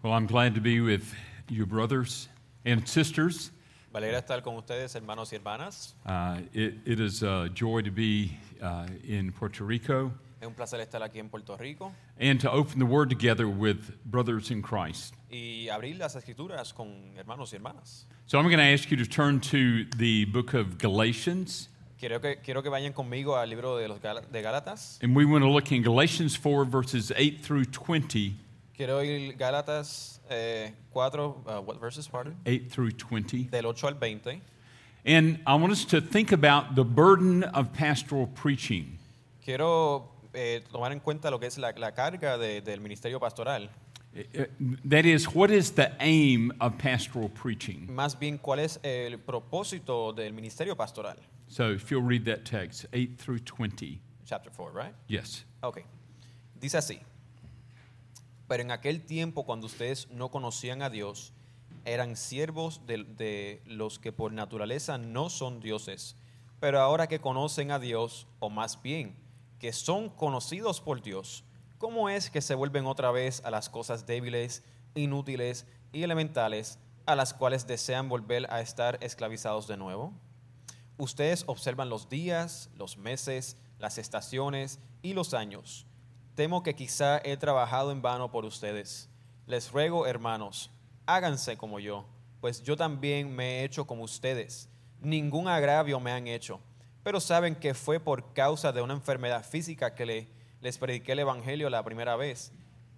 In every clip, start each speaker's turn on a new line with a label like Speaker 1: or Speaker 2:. Speaker 1: Well, I'm glad to be with you, brothers and sisters.
Speaker 2: Me alegra estar con ustedes, hermanos y hermanas.
Speaker 1: Uh, it, it is a joy to be uh, in Puerto Rico
Speaker 2: Es un placer estar aquí en Puerto Rico
Speaker 1: and to open the Word together with brothers in Christ.
Speaker 2: y abrir las escrituras con hermanos y hermanas.
Speaker 1: So I'm going to ask you to turn to the book of Galatians,
Speaker 2: Quiero que, quiero que vayan conmigo al libro de, los Gal- de Gálatas.
Speaker 1: and we want to look in Galatians 4, verses 8 through 20.
Speaker 2: Quiero ir Gálatas 4, what verses, pardon?
Speaker 1: 8 through 20.
Speaker 2: Del 8 al 20.
Speaker 1: And I want us to think about the burden of pastoral preaching.
Speaker 2: Quiero eh, tomar en cuenta lo que es la, la carga de- del ministerio pastoral.
Speaker 1: Uh, uh, That is, what is the aim of pastoral preaching?
Speaker 2: Más bien, ¿cuál es el propósito del ministerio pastoral?
Speaker 1: So if you'll read that text, 8 through 20.
Speaker 2: Chapter 4, right?
Speaker 1: Yes.
Speaker 2: Ok. Dice así. Pero en aquel tiempo cuando ustedes no conocían a Dios, eran siervos de, de los que por naturaleza no son dioses. Pero ahora que conocen a Dios, o más bien, que son conocidos por Dios, ¿cómo es que se vuelven otra vez a las cosas débiles, inútiles y elementales a las cuales desean volver a estar esclavizados de nuevo? Ustedes observan los días, los meses, las estaciones y los años. Temo que quizá he trabajado en vano por ustedes. Les ruego, hermanos, háganse como yo, pues yo también me he hecho como ustedes. Ningún agravio me han hecho, pero saben que fue por causa de una enfermedad física que le- les prediqué el Evangelio la primera vez.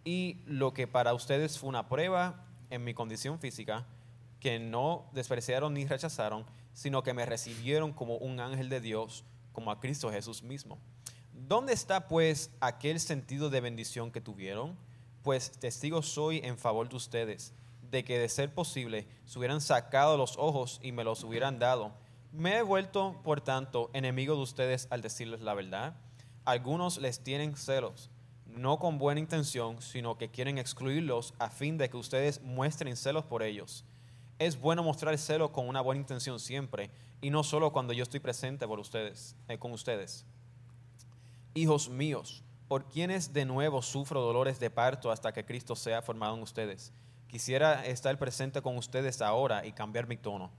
Speaker 2: Y lo que para ustedes fue una prueba en mi condición física, que no despreciaron ni rechazaron, sino que me recibieron como un ángel de Dios, como a Cristo Jesús mismo. ¿Dónde está pues aquel sentido de bendición que tuvieron? Pues testigo soy en favor de ustedes, de que de ser posible se hubieran sacado los ojos y me los hubieran dado. Me he vuelto, por tanto, enemigo de ustedes al decirles la verdad. Algunos les tienen celos, no con buena intención, sino que quieren excluirlos a fin de que ustedes muestren celos por ellos. Es bueno mostrar celos con una buena intención siempre, y no solo cuando yo estoy presente por ustedes, eh, con ustedes. Hijos míos, por quienes de nuevo sufro dolores de parto hasta que Cristo sea formado en ustedes. Quisiera estar presente con ustedes ahora y cambiar mi tono,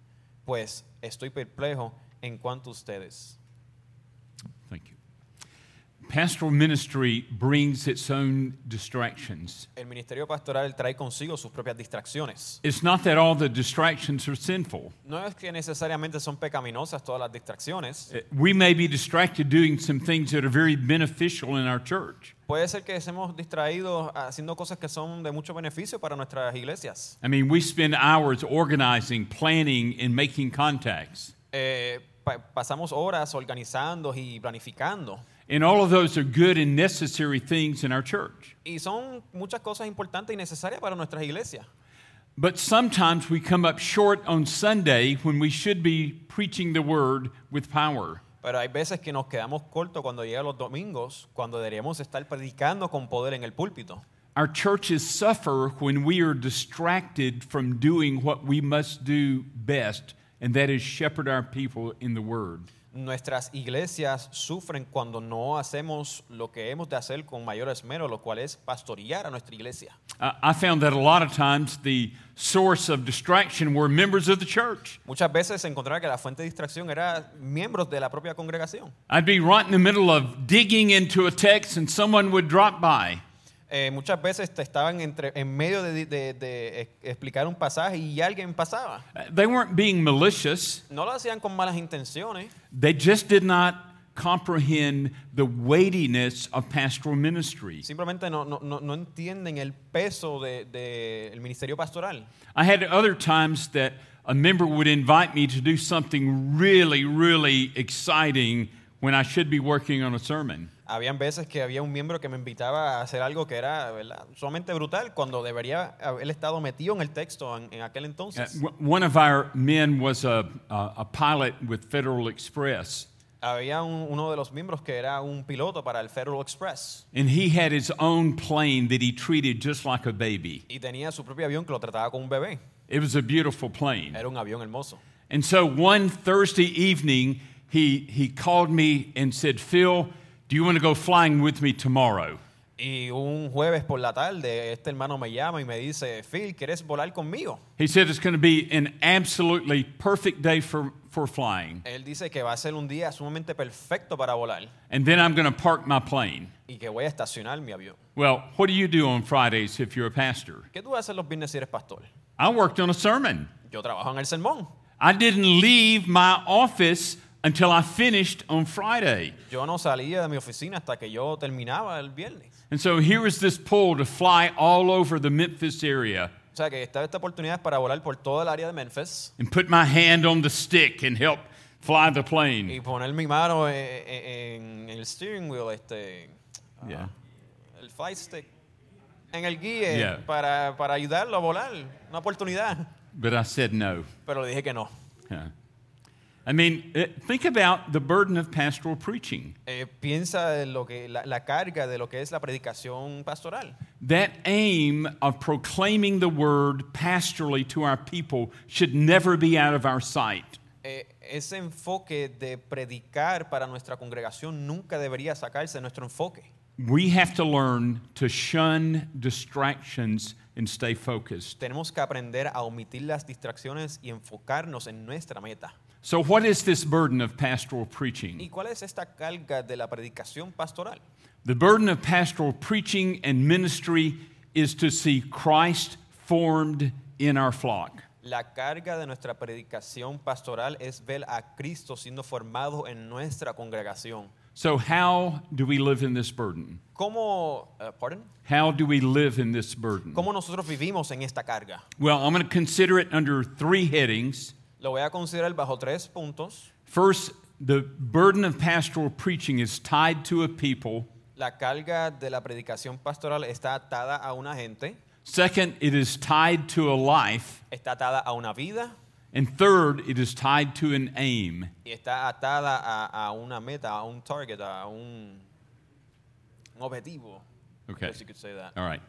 Speaker 2: pues estoy perplejo en cuanto a ustedes.
Speaker 1: Thank you. Pastoral ministry brings its own distractions.
Speaker 2: El ministerio pastoral trae consigo sus propias distracciones.
Speaker 1: It's not that all the distractions are sinful.
Speaker 2: No es que necesariamente son pecaminosas todas las distracciones.
Speaker 1: Uh, We may be distracted doing some things that are very beneficial in our church.
Speaker 2: Puede ser que estemos distraídos haciendo cosas que son de mucho beneficio para nuestras iglesias.
Speaker 1: I mean, we spend hours organizing, planning, and making contacts.
Speaker 2: Eh, pa- pasamos horas organizando y planificando.
Speaker 1: And all of those are good and necessary things in our church.
Speaker 2: Y son muchas cosas importantes y necesarias para nuestras iglesias.
Speaker 1: But sometimes we come up short on Sunday when we should be preaching the word with power.
Speaker 2: Pero hay veces que nos quedamos cortos cuando llegan los domingos, cuando deberíamos estar predicando con poder en el púlpito.
Speaker 1: Our churches suffer when we are distracted from doing what we must do best, and that is shepherd our people in the word.
Speaker 2: Nuestras iglesias sufren cuando no hacemos lo que hemos de hacer con mayor esmero, lo cual es pastorear a nuestra iglesia.
Speaker 1: I I found that a lot of times the source of distraction were members of the church.
Speaker 2: Muchas veces se encontraba que la fuente de distracción era miembros de la propia congregación.
Speaker 1: I'd be right in the middle of digging into a text, and someone would drop by.
Speaker 2: Eh, muchas veces te estaban entre, en medio de, de- de e- explicar un pasaje y alguien pasaba.
Speaker 1: Uh, They weren't being malicious,
Speaker 2: No lo hacían con malas intenciones,
Speaker 1: they just did not comprehend the weightiness of pastoral ministry.
Speaker 2: simplemente no, no- no- no entienden el peso del de, el ministerio pastoral.
Speaker 1: I had other times that a member would invite me to do something really, really exciting when I should be working on a sermon. Uh,
Speaker 2: Habían veces que había un miembro que me invitaba a hacer algo que era ¿verdad? sumamente brutal cuando debería haber estado metido en el texto en, en aquel
Speaker 1: Uh,
Speaker 2: entonces.
Speaker 1: w- one of our men was a, a, a pilot with Federal Express,
Speaker 2: Había un- uno de los miembros que era un piloto para el Federal Express
Speaker 1: and he had his own plane that he treated just like a baby.
Speaker 2: y tenía su propio avión que lo trataba como un bebé.
Speaker 1: It was a beautiful plane.
Speaker 2: Era un avión hermoso.
Speaker 1: And so one Thursday evening, he, he called me and said, Phil, do you want to go flying with me tomorrow?
Speaker 2: Y un jueves por la tarde, este hermano me llama y me dice, Phil, ¿quieres volar conmigo?
Speaker 1: He said it's going to be an absolutely perfect day for, for flying.
Speaker 2: Él dice que va a ser un día sumamente perfecto para volar
Speaker 1: And then I'm going to park my plane.
Speaker 2: y que voy a estacionar mi avión.
Speaker 1: Well, what do you do on Fridays if you're a pastor?
Speaker 2: ¿Qué tú haces los viernes si eres pastor?
Speaker 1: I worked on a sermon.
Speaker 2: Yo trabajo en el sermón.
Speaker 1: I didn't leave my office until I finished on Friday.
Speaker 2: Yo no salía de mi oficina hasta que yo terminaba el viernes.
Speaker 1: And so here was this pull to fly all over the Memphis area
Speaker 2: O sea que estaba esta oportunidad para volar por toda el área de Memphis
Speaker 1: and put my hand on the stick and help fly the plane.
Speaker 2: y poner mi mano eh, eh, en, el steering wheel, este, ah,
Speaker 1: Yeah.
Speaker 2: el flight stick, en el guía
Speaker 1: Yeah.
Speaker 2: para, para ayudarlo a volar. Una oportunidad.
Speaker 1: But I said no.
Speaker 2: Pero le dije que no.
Speaker 1: Yeah. I mean, eh, think about the burden of pastoral preaching.
Speaker 2: Eh, piensa en lo que, la, la carga de lo que es la predicación pastoral.
Speaker 1: That aim of proclaiming the word pastorally to our people should never be out of our sight.
Speaker 2: Eh, ese enfoque de predicar para nuestra congregación nunca debería sacarse de nuestro enfoque.
Speaker 1: We have to learn to shun distractions and stay focused.
Speaker 2: Tenemos que aprender a omitir las distracciones y enfocarnos en nuestra meta.
Speaker 1: So, what is this burden of pastoral
Speaker 2: ¿Y
Speaker 1: preaching?
Speaker 2: cuál es esta carga de la predicación pastoral?
Speaker 1: The burden of pastoral preaching and ministry is to see Christ formed in our flock.
Speaker 2: La carga de nuestra predicación pastoral es ver a Cristo siendo formado en nuestra congregación.
Speaker 1: So, how do we live in this burden?
Speaker 2: ¿Cómo, eh, pardon?
Speaker 1: How do we live in this burden?
Speaker 2: ¿Cómo nosotros vivimos en esta carga?
Speaker 1: Well, I'm going to consider it under three headings.
Speaker 2: Lo voy a considerar bajo tres puntos.
Speaker 1: First, the burden of pastoral preaching is tied to a people.
Speaker 2: La carga de la predicación pastoral está atada a una gente,
Speaker 1: Second, it is tied to a life.
Speaker 2: está atada a una vida
Speaker 1: And third, it is tied to an aim.
Speaker 2: y está atada a, a una meta, a un target, a un, un objetivo.
Speaker 1: Okay.
Speaker 2: Yes, you could say that.
Speaker 1: All right.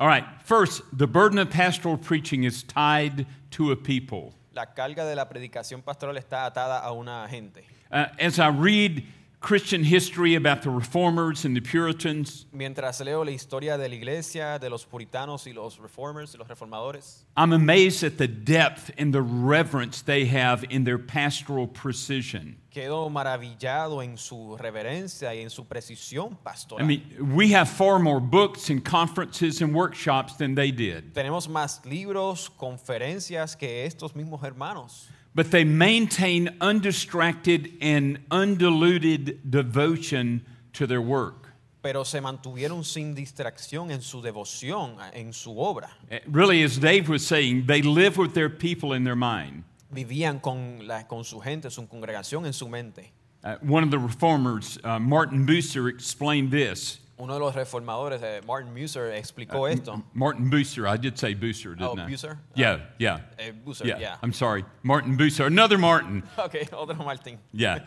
Speaker 1: All right. First, the burden of pastoral preaching is tied to a people.
Speaker 2: La carga de la predicación pastoral está atada a una gente.
Speaker 1: Uh, as I read Christian history about the reformers and the Puritans,
Speaker 2: Mientras leo la historia de la iglesia, de los puritanos y los reformers y los reformadores,
Speaker 1: I'm amazed at the depth and the reverence they have in their pastoral precision.
Speaker 2: quedo maravillado en su reverencia y en su precisión pastoral.
Speaker 1: I mean, we have far more books and conferences and workshops than they did,
Speaker 2: Tenemos más libros, conferencias que estos mismos hermanos,
Speaker 1: but they maintain undistracted and undiluted devotion to their work.
Speaker 2: pero se mantuvieron sin distracción en su devoción, en su obra.
Speaker 1: Eh, Really, as Dave was saying, they live with their people in their mind.
Speaker 2: Vivían con, la, con su gente, su congregación en su mente.
Speaker 1: Uh, one of the reformers, uh, Martin Bucer, explained this.
Speaker 2: Uno de los reformadores, eh, Martin Bucer, explicó esto.
Speaker 1: Martin Bucer, I did say Bucer, Uh, mm, didn't
Speaker 2: Oh,
Speaker 1: I?
Speaker 2: Bucer?
Speaker 1: Yeah, yeah.
Speaker 2: Eh, Bucer,
Speaker 1: Yeah,
Speaker 2: yeah.
Speaker 1: I'm sorry. Martin Bucer, another Martin.
Speaker 2: Ok, otro Martín.
Speaker 1: Yeah.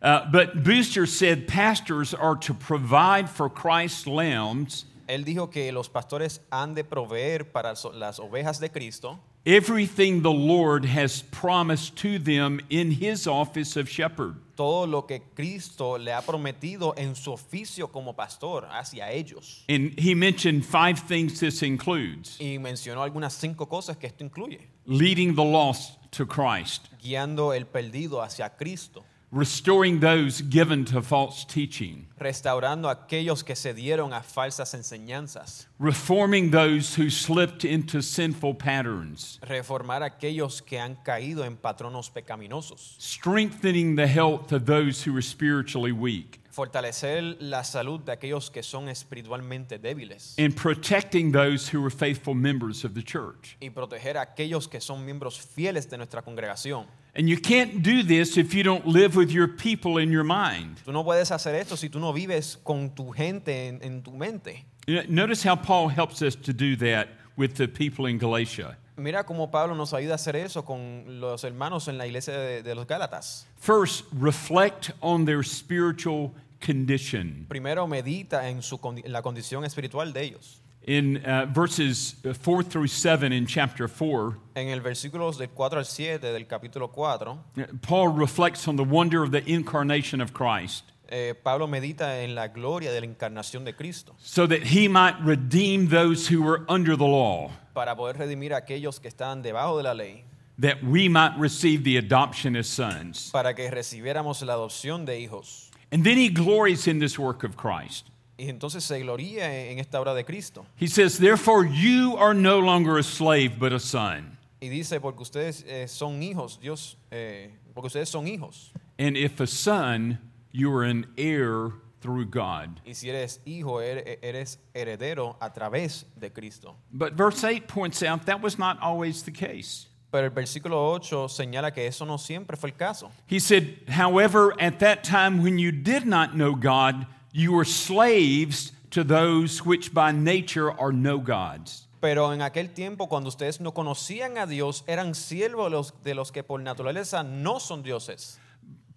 Speaker 1: Uh, but Booster said pastors are to provide for Christ's lambs
Speaker 2: Él dijo que los pastores han de proveer para so- las ovejas de Cristo
Speaker 1: everything the Lord has promised to them in his office of shepherd.
Speaker 2: todo lo que Cristo le ha prometido en su oficio como pastor hacia ellos.
Speaker 1: And he mentioned five things this includes
Speaker 2: Y mencionó algunas cinco cosas que esto incluye.
Speaker 1: leading the lost to Christ,
Speaker 2: Guiando el perdido hacia Cristo,
Speaker 1: restoring those given to false teaching,
Speaker 2: restaurando a aquellos que se dieron a falsas enseñanzas,
Speaker 1: reforming those who slipped into sinful patterns,
Speaker 2: reformar a aquellos que han caído en patronos pecaminosos,
Speaker 1: strengthening the health of those who are spiritually weak.
Speaker 2: fortalecer la salud de aquellos que son espiritualmente débiles
Speaker 1: in protecting those who were faithful members of the church.
Speaker 2: y proteger a aquellos que son miembros fieles de nuestra congregación.
Speaker 1: And you can't do this if you don't live with your people in your mind.
Speaker 2: Tú no puedes hacer esto si tú no vives con tu gente en, en tu mente.
Speaker 1: You know, Notice how Paul helps us to do that with the people in Galatia.
Speaker 2: Mira cómo Pablo nos ayuda a hacer eso con los hermanos en la iglesia de, de los Gálatas.
Speaker 1: First, reflect on their spiritual condition.
Speaker 2: Primero medita en, su, condi- en la condición espiritual de ellos.
Speaker 1: In uh, verses 4 through 7 in chapter 4,
Speaker 2: En el versículo del 4 al 7 del capítulo 4,
Speaker 1: Paul reflects on the wonder of the incarnation of Christ.
Speaker 2: eh, Pablo medita en la gloria de la encarnación de Cristo
Speaker 1: so that he might redeem those who were under the law,
Speaker 2: para poder redimir a aquellos que estaban debajo de la ley,
Speaker 1: that we might receive the adoption as sons.
Speaker 2: para que recibiéramos la adopción de hijos.
Speaker 1: And then he glories in this work of Christ.
Speaker 2: Y entonces se gloría en esta obra de Cristo.
Speaker 1: He says, Therefore, you are no longer a slave, but a son.
Speaker 2: Y dice, porque ustedes eh, son hijos, Dios, eh, porque ustedes son hijos.
Speaker 1: And if a son, you are an heir through God.
Speaker 2: Y si eres hijo, er- eres heredero a través de Cristo.
Speaker 1: But verse 8 points out that was not always the case.
Speaker 2: Pero el versículo 8 señala que eso no siempre fue el caso.
Speaker 1: He said, However, at that time when you did not know God, you were slaves to those which by nature are no gods.
Speaker 2: Pero en aquel tiempo, cuando ustedes no conocían a Dios, eran siervos de los, de los que por naturaleza no son dioses.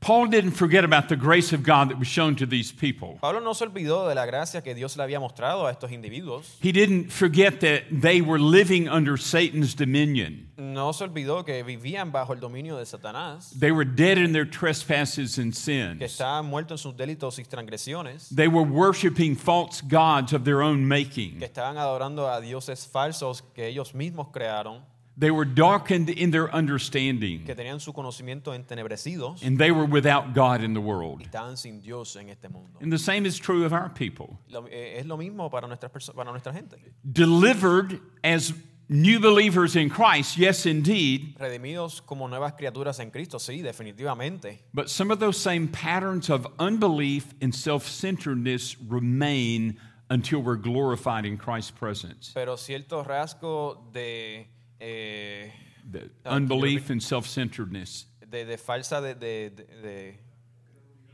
Speaker 1: Paul didn't forget about the grace of God that was shown to these people.
Speaker 2: Pablo no se olvidó de la gracia que Dios le había mostrado a estos individuos.
Speaker 1: He didn't forget that they were living under Satan's dominion.
Speaker 2: No se olvidó que vivían bajo el dominio de Satanás,
Speaker 1: They were dead in their trespasses and
Speaker 2: que
Speaker 1: sins.
Speaker 2: estaban muertos en sus delitos y transgresiones,
Speaker 1: They were worshiping false gods of their own making.
Speaker 2: que estaban adorando a dioses falsos que ellos mismos crearon,
Speaker 1: They were darkened in their understanding,
Speaker 2: que tenían su conocimiento entenebrecidos
Speaker 1: and they were without God in the
Speaker 2: y
Speaker 1: world.
Speaker 2: estaban sin Dios en este mundo.
Speaker 1: And the same is true of our people.
Speaker 2: Lo- eh, es lo mismo para, nuestras perso- para nuestra gente.
Speaker 1: Delivered as new believers in Christ, yes, indeed,
Speaker 2: Redimidos como nuevas criaturas en Cristo, sí, definitivamente.
Speaker 1: but some of those same patterns of unbelief and self centeredness remain until we're glorified in Christ's presence.
Speaker 2: Pero cierto rasgo de, eh,
Speaker 1: The unbelief and self centeredness.
Speaker 2: de, de falsa, de, de, de, de-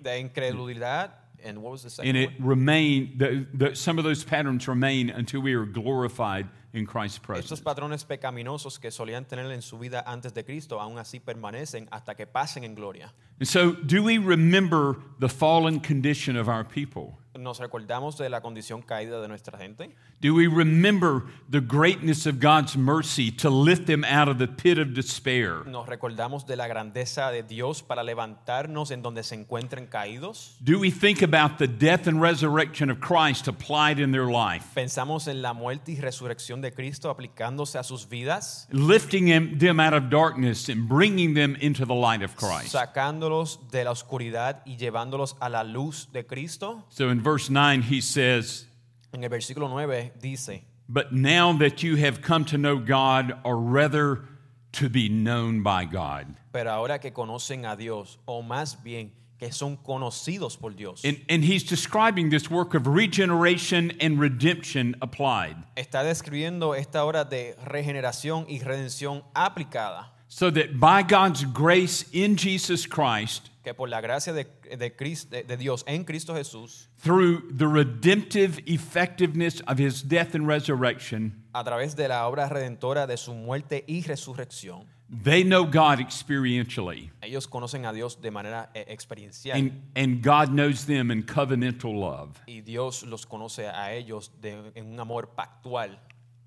Speaker 2: de incredulidad. And what was the second
Speaker 1: And it
Speaker 2: one?
Speaker 1: remain, the, the, some of those patterns remain until we are glorified in Christ's
Speaker 2: Estos
Speaker 1: presence.
Speaker 2: patrones pecaminosos que solían tener en su vida antes de Cristo, aún así permanecen hasta que pasen en gloria.
Speaker 1: And so, do we remember the fallen condition of our people?
Speaker 2: Nos recordamos de la condición caída de nuestra gente.
Speaker 1: Do we remember the greatness of God's mercy to lift them out of the pit of despair?
Speaker 2: Nos recordamos de la grandeza de Dios para levantarnos en donde se encuentren caídos.
Speaker 1: Do we think about the death and resurrection of Christ applied in their life,
Speaker 2: Pensamos en la muerte y resurrección de Cristo aplicándose a sus vidas,
Speaker 1: lifting them, them out of darkness and bringing them into the light of Christ?
Speaker 2: sacándolos de la oscuridad y llevándolos a la luz de Cristo.
Speaker 1: So, in verse 9, he says,
Speaker 2: En el versículo 9 dice,
Speaker 1: But now that you have come to know God, or rather to be known by God.
Speaker 2: pero ahora que conocen a Dios, o más bien que son conocidos por Dios.
Speaker 1: And, and he's describing this work of regeneration and redemption applied,
Speaker 2: está describiendo esta hora de regeneración y redención aplicada,
Speaker 1: so that by God's grace in Jesus Christ,
Speaker 2: que por la gracia de, de Cris- de- de Dios en Cristo Jesús,
Speaker 1: through the redemptive effectiveness of his death and resurrection,
Speaker 2: a través de la obra redentora de su muerte y resurrección,
Speaker 1: they know God experientially,
Speaker 2: ellos conocen a Dios de manera eh, experiencial
Speaker 1: and, and God knows them in covenantal love.
Speaker 2: y Dios los conoce a ellos de- en un amor pactual.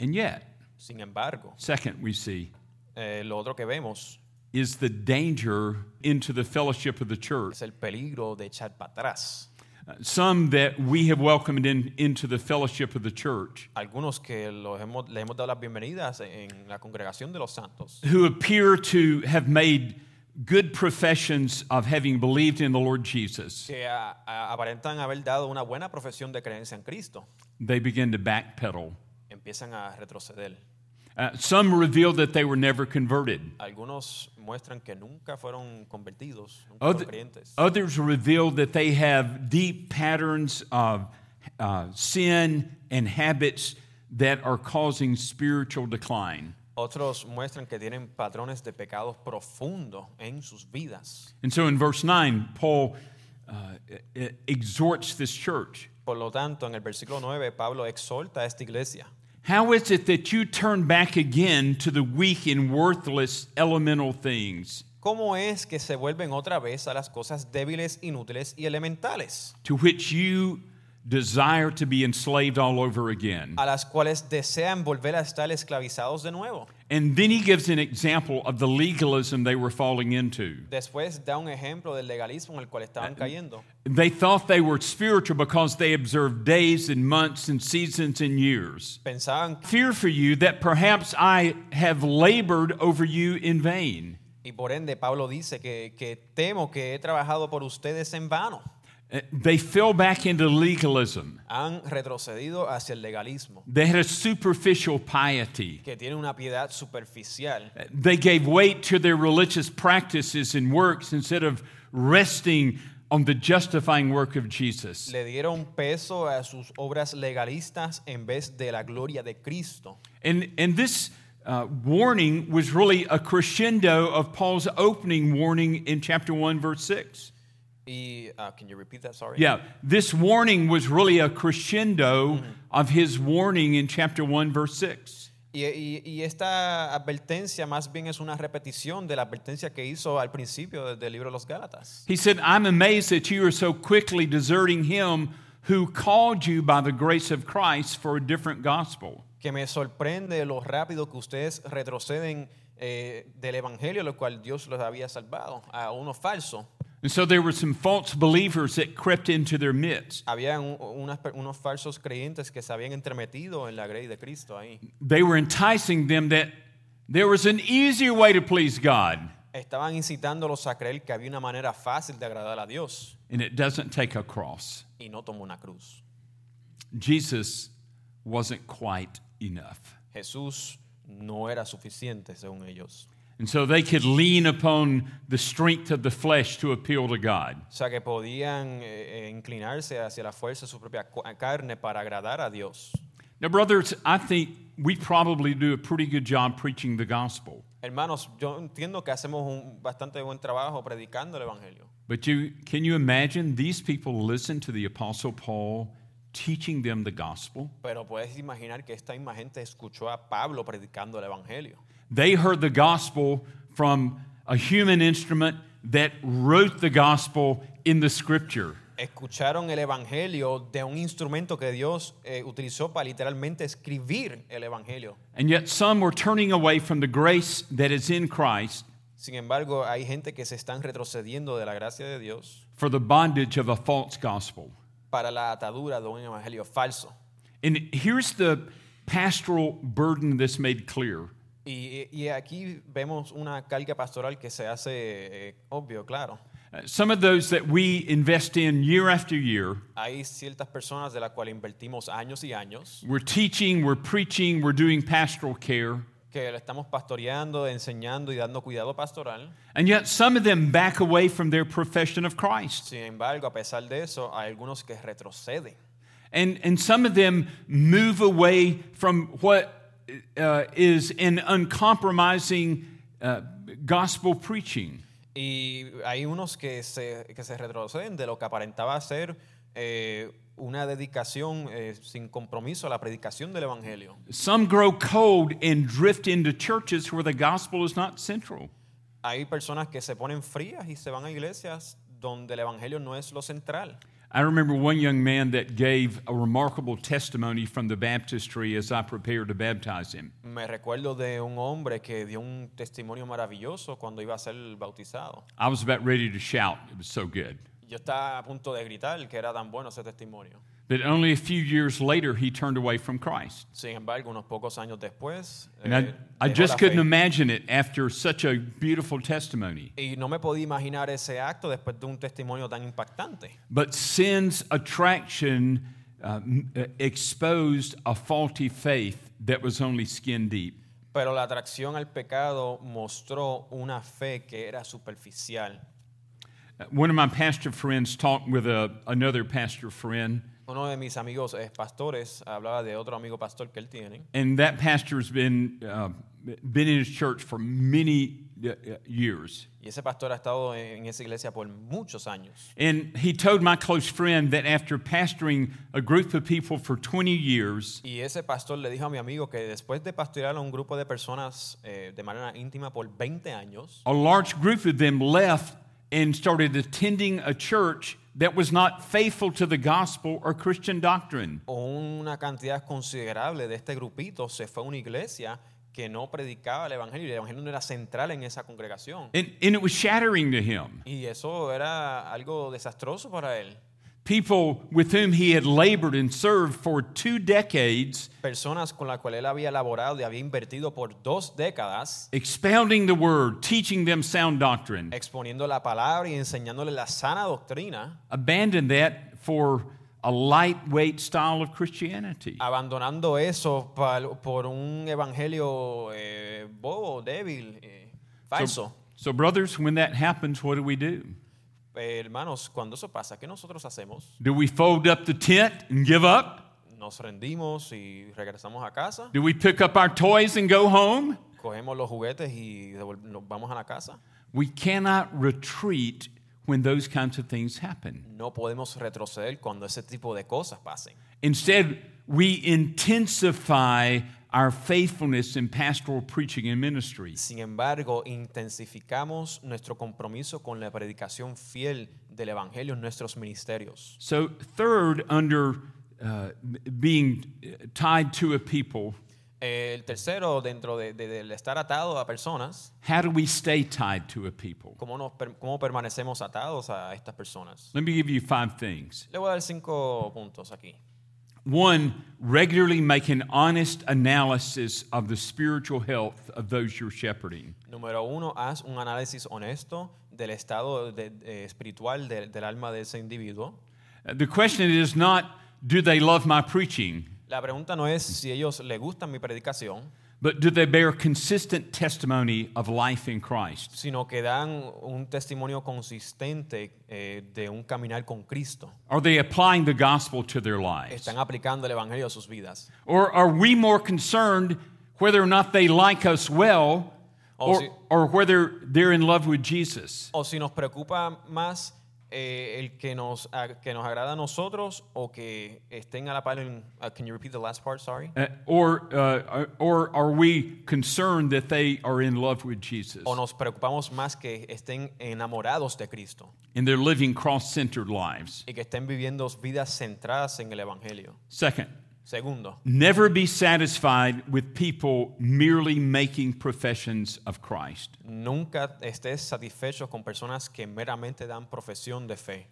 Speaker 1: And yet,
Speaker 2: Sin embargo,
Speaker 1: second, we see
Speaker 2: eh, lo otro que vemos
Speaker 1: is the danger into the fellowship of the church.
Speaker 2: es el peligro de echar para atrás.
Speaker 1: Some that we have welcomed in, into the fellowship of the church
Speaker 2: Algunos que los hemos, les hemos dado las bienvenidas en la congregación de los santos.
Speaker 1: who appear to have made good professions of having believed in the Lord Jesus,
Speaker 2: que a- a- aparentan haber dado una buena profesión de creencia en Cristo,
Speaker 1: they begin to backpedal.
Speaker 2: empiezan a retroceder.
Speaker 1: Uh, some reveal that they were never converted.
Speaker 2: Algunos muestran que nunca fueron convertidos, nunca
Speaker 1: Other-
Speaker 2: fueron creyentes.
Speaker 1: others reveal that they have deep patterns of uh, sin and habits that are causing spiritual decline.
Speaker 2: Otros muestran que tienen patrones de pecados profundos en sus vidas.
Speaker 1: And so in verse 9, Paul uh, e- e- exhorts this church
Speaker 2: Por lo tanto, en el versículo 9, Pablo exhorta a esta iglesia.
Speaker 1: How is it that you turn back again to the weak and worthless elemental things
Speaker 2: ¿Cómo es que se vuelven otra vez a las cosas débiles, inútiles y elementales,
Speaker 1: to which you desire to be enslaved all over again.
Speaker 2: a las cuales desean volver a estar esclavizados de nuevo.
Speaker 1: And then he gives an example of the legalism they were falling into.
Speaker 2: Después da un ejemplo del legalismo en el cual estaban cayendo.
Speaker 1: They thought they were spiritual because they observed days and months and seasons and years.
Speaker 2: Pensaban,
Speaker 1: Fear for you that perhaps I have labored over you in vain.
Speaker 2: y por ende Pablo dice que, que temo que he trabajado por ustedes en vano.
Speaker 1: Uh, They fell back into legalism.
Speaker 2: Han retrocedido hacia el legalismo,
Speaker 1: They had a superficial piety.
Speaker 2: que tiene una piedad superficial.
Speaker 1: They gave weight to their religious practices and works instead of resting on the justifying work of Jesus.
Speaker 2: Le dieron peso a sus obras legalistas en vez de la gloria de Cristo.
Speaker 1: And, and this uh, warning was really a crescendo of Paul's opening warning in chapter 1, verse 6.
Speaker 2: Y, ah, can you repeat that? Sorry.
Speaker 1: Yeah, this warning was really a crescendo of his warning in chapter 1, verse 6.
Speaker 2: Y, y- y esta advertencia más bien es una repetición de la advertencia que hizo al principio de- del libro de los Gálatas.
Speaker 1: He said, I'm amazed that you are so quickly deserting him who called you by the grace of Christ for a different gospel.
Speaker 2: Que me sorprende lo rápido que ustedes retroceden eh, del Evangelio, lo cual Dios los había salvado, a uno falso.
Speaker 1: And so there were some false believers that crept into their midst.
Speaker 2: Habían un- unas per- unos falsos creyentes que se habían entremetido en la grey de Cristo ahí.
Speaker 1: They were enticing them that there was an easier way to please God.
Speaker 2: Estaban incitándolos a creer que había una manera fácil de agradar a Dios
Speaker 1: and it doesn't take a cross.
Speaker 2: y no tomó una cruz.
Speaker 1: Jesus wasn't quite enough.
Speaker 2: Jesús no era suficiente según ellos.
Speaker 1: And so they could lean upon the strength of the flesh to appeal to God.
Speaker 2: O sea, que podían eh, eh, inclinarse hacia la fuerza de su propia cu- carne para agradar a Dios.
Speaker 1: Now, brothers, I think we probably do a pretty good job preaching the gospel,
Speaker 2: Hermanos, yo entiendo que hacemos un bastante buen trabajo predicando el Evangelio.
Speaker 1: but you, can you imagine these people listen to the Apostle Paul teaching them the gospel?
Speaker 2: Pero puedes imaginar que esta misma gente escuchó a Pablo predicando el Evangelio.
Speaker 1: They heard the gospel from a human instrument that wrote the gospel in the scripture.
Speaker 2: Escucharon el Evangelio de un instrumento que Dios eh, utilizó para literalmente escribir el Evangelio.
Speaker 1: And yet some were turning away from the grace that is in Christ
Speaker 2: Sin embargo, hay gente que se están retrocediendo de la gracia de Dios
Speaker 1: for the bondage of a false gospel.
Speaker 2: para la atadura de un Evangelio falso.
Speaker 1: And here's the pastoral burden that's made clear.
Speaker 2: Y, y aquí vemos una carga pastoral que se hace eh, obvio, claro.
Speaker 1: Uh, Some of those that we invest in year after year,
Speaker 2: Hay ciertas personas de las cuales invertimos años y años,
Speaker 1: we're teaching, we're preaching, we're doing pastoral care.
Speaker 2: que le estamos pastoreando, enseñando y dando cuidado pastoral.
Speaker 1: And yet some of them back away from their profession of Christ.
Speaker 2: Sin embargo, a pesar de eso, hay algunos que retroceden.
Speaker 1: And, and some of them move away from what uh, is an uncompromising uh, gospel preaching.
Speaker 2: Y hay unos que se, que se retroceden de lo que aparentaba ser eh, una dedicación eh, sin compromiso a la predicación del Evangelio.
Speaker 1: Some grow cold and drift into churches where the gospel is not central.
Speaker 2: Hay personas que se ponen frías y se van a iglesias donde el Evangelio no es lo central.
Speaker 1: I remember one young man that gave a remarkable testimony from the baptistry as I prepared to baptize him.
Speaker 2: Me recuerdo de un hombre que dio un testimonio maravilloso cuando iba a ser bautizado.
Speaker 1: I was about ready to shout, it was so good.
Speaker 2: Yo estaba a punto de gritar que era tan bueno ese testimonio.
Speaker 1: That only a few years later he turned away from Christ.
Speaker 2: Sin embargo, unos pocos años después,
Speaker 1: And
Speaker 2: eh,
Speaker 1: I, I
Speaker 2: dejó la
Speaker 1: just
Speaker 2: fe.
Speaker 1: couldn't imagine it after such a beautiful testimony.
Speaker 2: y no me podía imaginar ese acto después de un testimonio tan impactante.
Speaker 1: But sin's attraction uh, m- uh, exposed a faulty faith that was only skin deep.
Speaker 2: Pero la atracción al pecado mostró una fe que era superficial.
Speaker 1: Uh, One of my pastor friends talked with a, another pastor friend,
Speaker 2: Uno de mis amigos eh, pastores hablaba de otro amigo pastor que él tiene.
Speaker 1: and that pastor has been, uh, been in his church for many uh, years.
Speaker 2: Y ese pastor ha estado en esa iglesia por muchos años.
Speaker 1: And he told my close friend that after pastoring a group of people for 20 years,
Speaker 2: Y ese pastor le dijo a mi amigo que después de pastorear a un grupo de personas eh, de manera íntima por 20 años,
Speaker 1: a large group of them left and started attending a church that was not faithful to the gospel or Christian doctrine.
Speaker 2: o una cantidad considerable de este grupito se fue a una iglesia que no predicaba el evangelio y el evangelio no era central en esa congregación.
Speaker 1: And, and it was shattering to him.
Speaker 2: Y eso era algo desastroso para él.
Speaker 1: People with whom he had labored and served for two decades,
Speaker 2: Personas con las cuales él había elaborado y había invertido por dos décadas
Speaker 1: expounding the word, teaching them sound doctrine,
Speaker 2: exponiendo la palabra y enseñándole la sana doctrina,
Speaker 1: abandoned that for a lightweight style of Christianity.
Speaker 2: abandonando eso pal- por un evangelio eh, bobo, débil, eh, falso.
Speaker 1: So, so, brothers, when that happens, what do we do?
Speaker 2: Eh, hermanos, cuando eso pasa, ¿qué nosotros hacemos?
Speaker 1: Do we fold up the tent and give up?
Speaker 2: ¿Nos rendimos y regresamos a casa?
Speaker 1: Do we pick up our toys and go home?
Speaker 2: cogemos los juguetes y devol- nos vamos a la casa.
Speaker 1: We cannot retreat when those kinds of things happen.
Speaker 2: No podemos retroceder cuando ese tipo de cosas pasen.
Speaker 1: Instead, we intensify our faithfulness in pastoral preaching and ministry.
Speaker 2: Sin embargo, intensificamos nuestro compromiso con la predicación fiel del Evangelio en nuestros ministerios.
Speaker 1: So, third, under uh, being tied to a people,
Speaker 2: El tercero, dentro de- de- del estar atado a personas,
Speaker 1: how do we stay tied to a people?
Speaker 2: ¿cómo, nos, per- cómo permanecemos atados a estas personas?
Speaker 1: Let me give you five things.
Speaker 2: Le voy a dar cinco puntos aquí.
Speaker 1: One, regularly make an honest analysis of the spiritual health of those you're shepherding.
Speaker 2: Número uno, haz un análisis honesto del estado de- de- eh, espiritual del- del alma de ese individuo.
Speaker 1: Uh, The question is not, do they love my preaching,
Speaker 2: La pregunta no es si ellos le gustan mi predicación,
Speaker 1: but do they bear consistent testimony of life in Christ?
Speaker 2: sino que dan un testimonio consistente eh, de un caminar con Cristo.
Speaker 1: Are they applying the gospel to their lives?
Speaker 2: Están aplicando el Evangelio a sus vidas.
Speaker 1: Or are we more concerned whether or not they like us well
Speaker 2: Oh,
Speaker 1: or,
Speaker 2: sí.
Speaker 1: or whether they're in love with Jesus?
Speaker 2: O si nos preocupa más eh, el que nos, a- que nos agrada a nosotros o que estén a la par en... uh, can you repeat the last part? Sorry.
Speaker 1: Uh, or, uh, or are we concerned that they are in love with Jesus
Speaker 2: O nos preocupamos más que estén enamorados de Cristo
Speaker 1: and they're living cross centered lives?
Speaker 2: y que estén viviendo vidas centradas en el Evangelio.
Speaker 1: Second,
Speaker 2: Segundo,
Speaker 1: never be satisfied with people merely making professions of Christ.
Speaker 2: nunca estés satisfecho con personas que meramente dan profesión de fe.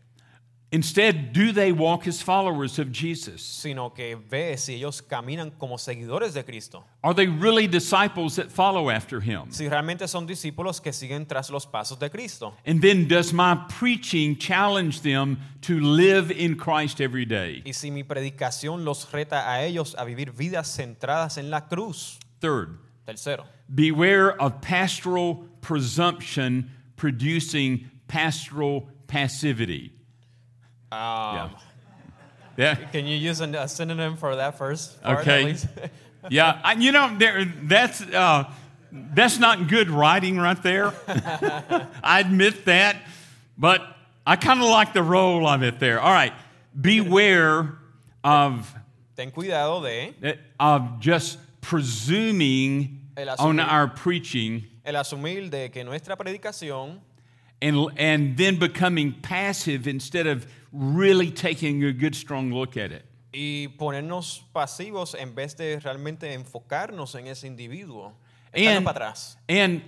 Speaker 1: Instead, do they walk as followers of Jesus?
Speaker 2: sino que ve si ellos caminan como seguidores de Cristo.
Speaker 1: Are they really disciples that follow after him?
Speaker 2: Si realmente son discípulos que siguen tras los pasos de Cristo.
Speaker 1: And then, does my preaching challenge them to live in Christ every day?
Speaker 2: Y si mi predicación los reta a ellos a vivir vidas centradas en la cruz.
Speaker 1: Third,
Speaker 2: Tercero,
Speaker 1: beware of pastoral presumption producing pastoral passivity.
Speaker 2: um,
Speaker 1: Yeah,
Speaker 2: can you use an- a synonym for that first? part, at
Speaker 1: okay.
Speaker 2: least?
Speaker 1: Yeah, I, you know, there, that's, uh, that's not good writing right there. I admit that, but I kind of like the role of it there. All right, beware of.
Speaker 2: Ten cuidado de
Speaker 1: that- of just presuming
Speaker 2: El asumir.
Speaker 1: on our preaching
Speaker 2: el asumir de que nuestra predicación
Speaker 1: and, and then becoming passive instead of really taking a good, strong look at it.
Speaker 2: y ponernos pasivos en vez de realmente enfocarnos en ese individuo. Echarnos
Speaker 1: And,
Speaker 2: para atrás.
Speaker 1: and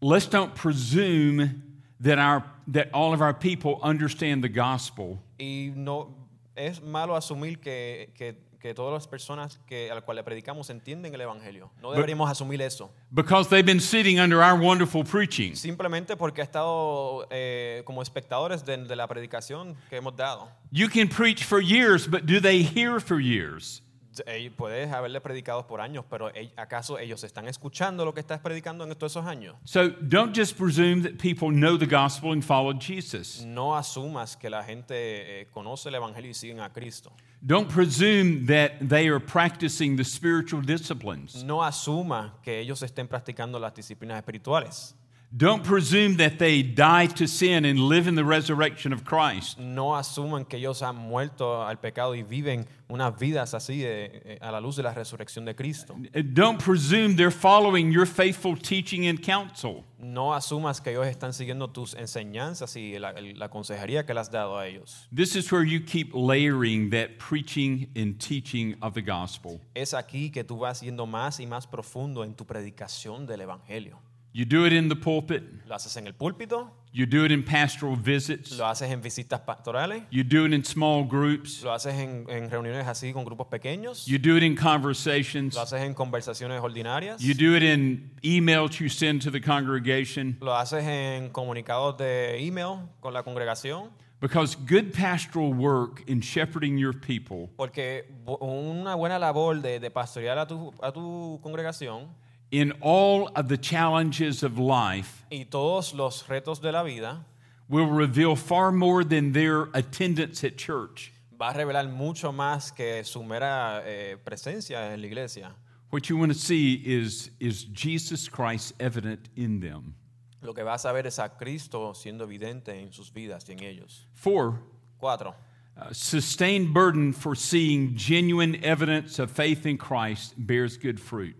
Speaker 1: let's don't presume that, our, that all of our people understand the gospel
Speaker 2: Y no es malo asumir que, que- que todas las personas que, a las cuales le predicamos entienden el Evangelio. No deberíamos asumir eso.
Speaker 1: because they've been sitting under our wonderful preaching.
Speaker 2: Simplemente porque ha estado eh, como espectadores de, de la predicación que hemos dado.
Speaker 1: You can preach for years, but do they hear for years?
Speaker 2: Eh, Puedes haberle predicado por años, pero eh, ¿acaso ellos están escuchando lo que estás predicando en todos esos años?
Speaker 1: So don't just presume that people know the gospel and follow Jesus.
Speaker 2: No asumas que la gente eh, conoce el Evangelio y siguen a Cristo.
Speaker 1: Don't presume that they are practicing the spiritual disciplines.
Speaker 2: No asumas que ellos estén practicando las disciplinas espirituales.
Speaker 1: Don't presume that they die to sin and live in the resurrection of Christ.
Speaker 2: No asuman que ellos han muerto al pecado y viven unas vidas así eh, eh, a la luz de la resurrección de Cristo.
Speaker 1: Don't presume they're following your faithful teaching and counsel.
Speaker 2: No asumas que ellos están siguiendo tus enseñanzas y la, el- la consejería que le has dado a ellos.
Speaker 1: This is where you keep layering that preaching and teaching of the gospel.
Speaker 2: Es aquí que tú vas yendo más y más profundo en tu predicación del Evangelio.
Speaker 1: You do it in the pulpit,
Speaker 2: Lo haces en el púlpito,
Speaker 1: you do it in pastoral visits,
Speaker 2: lo haces en visitas pastorales,
Speaker 1: you do it in small groups,
Speaker 2: lo haces en, en reuniones así con grupos pequeños,
Speaker 1: you do it in conversations,
Speaker 2: lo haces en conversaciones ordinarias,
Speaker 1: you do it in emails you send to the congregation.
Speaker 2: lo haces en comunicados de email con la congregación.
Speaker 1: Because good pastoral work in shepherding your people
Speaker 2: Porque bu- una buena labor de, de pastorear a tu, a tu congregación
Speaker 1: in all of the challenges of life
Speaker 2: y todos los retos de la vida
Speaker 1: will reveal far more than their attendance at church.
Speaker 2: va a revelar mucho más que su mera eh, presencia en la iglesia.
Speaker 1: What you want to see is, is Jesus Christ evident in them.
Speaker 2: Lo que vas a ver es a Cristo siendo evidente en sus vidas y en ellos.
Speaker 1: Four,
Speaker 2: Cuatro,
Speaker 1: uh, sustained burden for seeing genuine evidence of faith in Christ bears good fruit.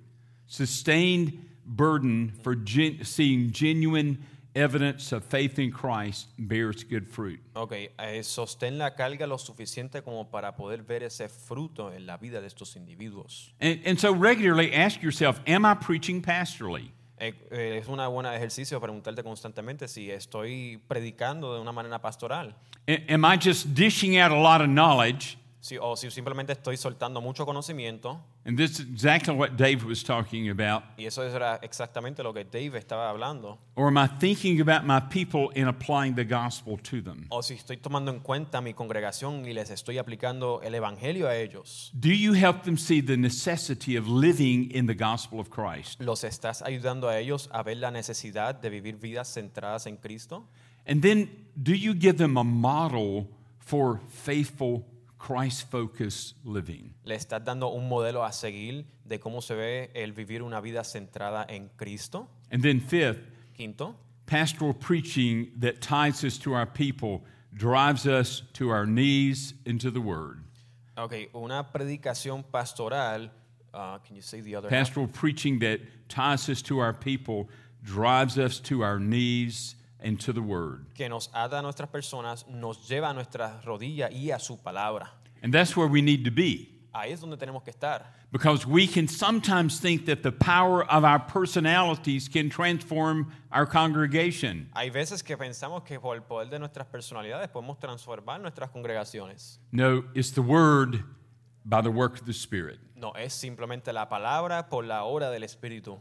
Speaker 1: Sustained burden for gen- seeing genuine evidence of faith in Christ bears good fruit.
Speaker 2: ok, eh, sostén la carga lo suficiente como para poder ver ese fruto en la vida de estos individuos.
Speaker 1: And, and so regularly ask yourself, am I preaching pastorally?
Speaker 2: Eh, eh, es un buen ejercicio preguntarte constantemente si estoy predicando de una manera pastoral.
Speaker 1: A- am I just dishing out a lot of knowledge?
Speaker 2: Si- o si simplemente estoy soltando mucho conocimiento,
Speaker 1: And this is exactly what Dave was talking about.
Speaker 2: y eso era exactamente lo que Dave estaba hablando,
Speaker 1: Or am I thinking about my people and applying the gospel to them?
Speaker 2: o si estoy tomando en cuenta a mi congregación y les estoy aplicando el Evangelio a ellos,
Speaker 1: Do you help them see the necessity of living in the gospel of Christ?
Speaker 2: los estás ayudando a ellos a ver la necesidad de vivir vidas centradas en Cristo,
Speaker 1: And then do you give them a model for faithful, Christ focused living?
Speaker 2: le estás dando un modelo a seguir de cómo se ve el vivir una vida centrada en Cristo.
Speaker 1: And then, fifth,
Speaker 2: Quinto,
Speaker 1: pastoral preaching that ties us to our people drives us to our knees into the word.
Speaker 2: ok, una predicación pastoral. uh, can you see the other half?
Speaker 1: Pastoral preaching that ties us to our people drives us to our knees and to the word.
Speaker 2: que nos ata a nuestras personas, nos lleva a nuestras rodillas y a su palabra.
Speaker 1: And that's where we need to be.
Speaker 2: Ahí es donde tenemos que estar.
Speaker 1: Because we can sometimes think that the power of our personalities can transform our congregation.
Speaker 2: Hay veces que pensamos que por el poder de nuestras personalidades podemos transformar nuestras congregaciones.
Speaker 1: No, it's the word by the work of the Spirit.
Speaker 2: No, es simplemente la palabra por la obra del Espíritu.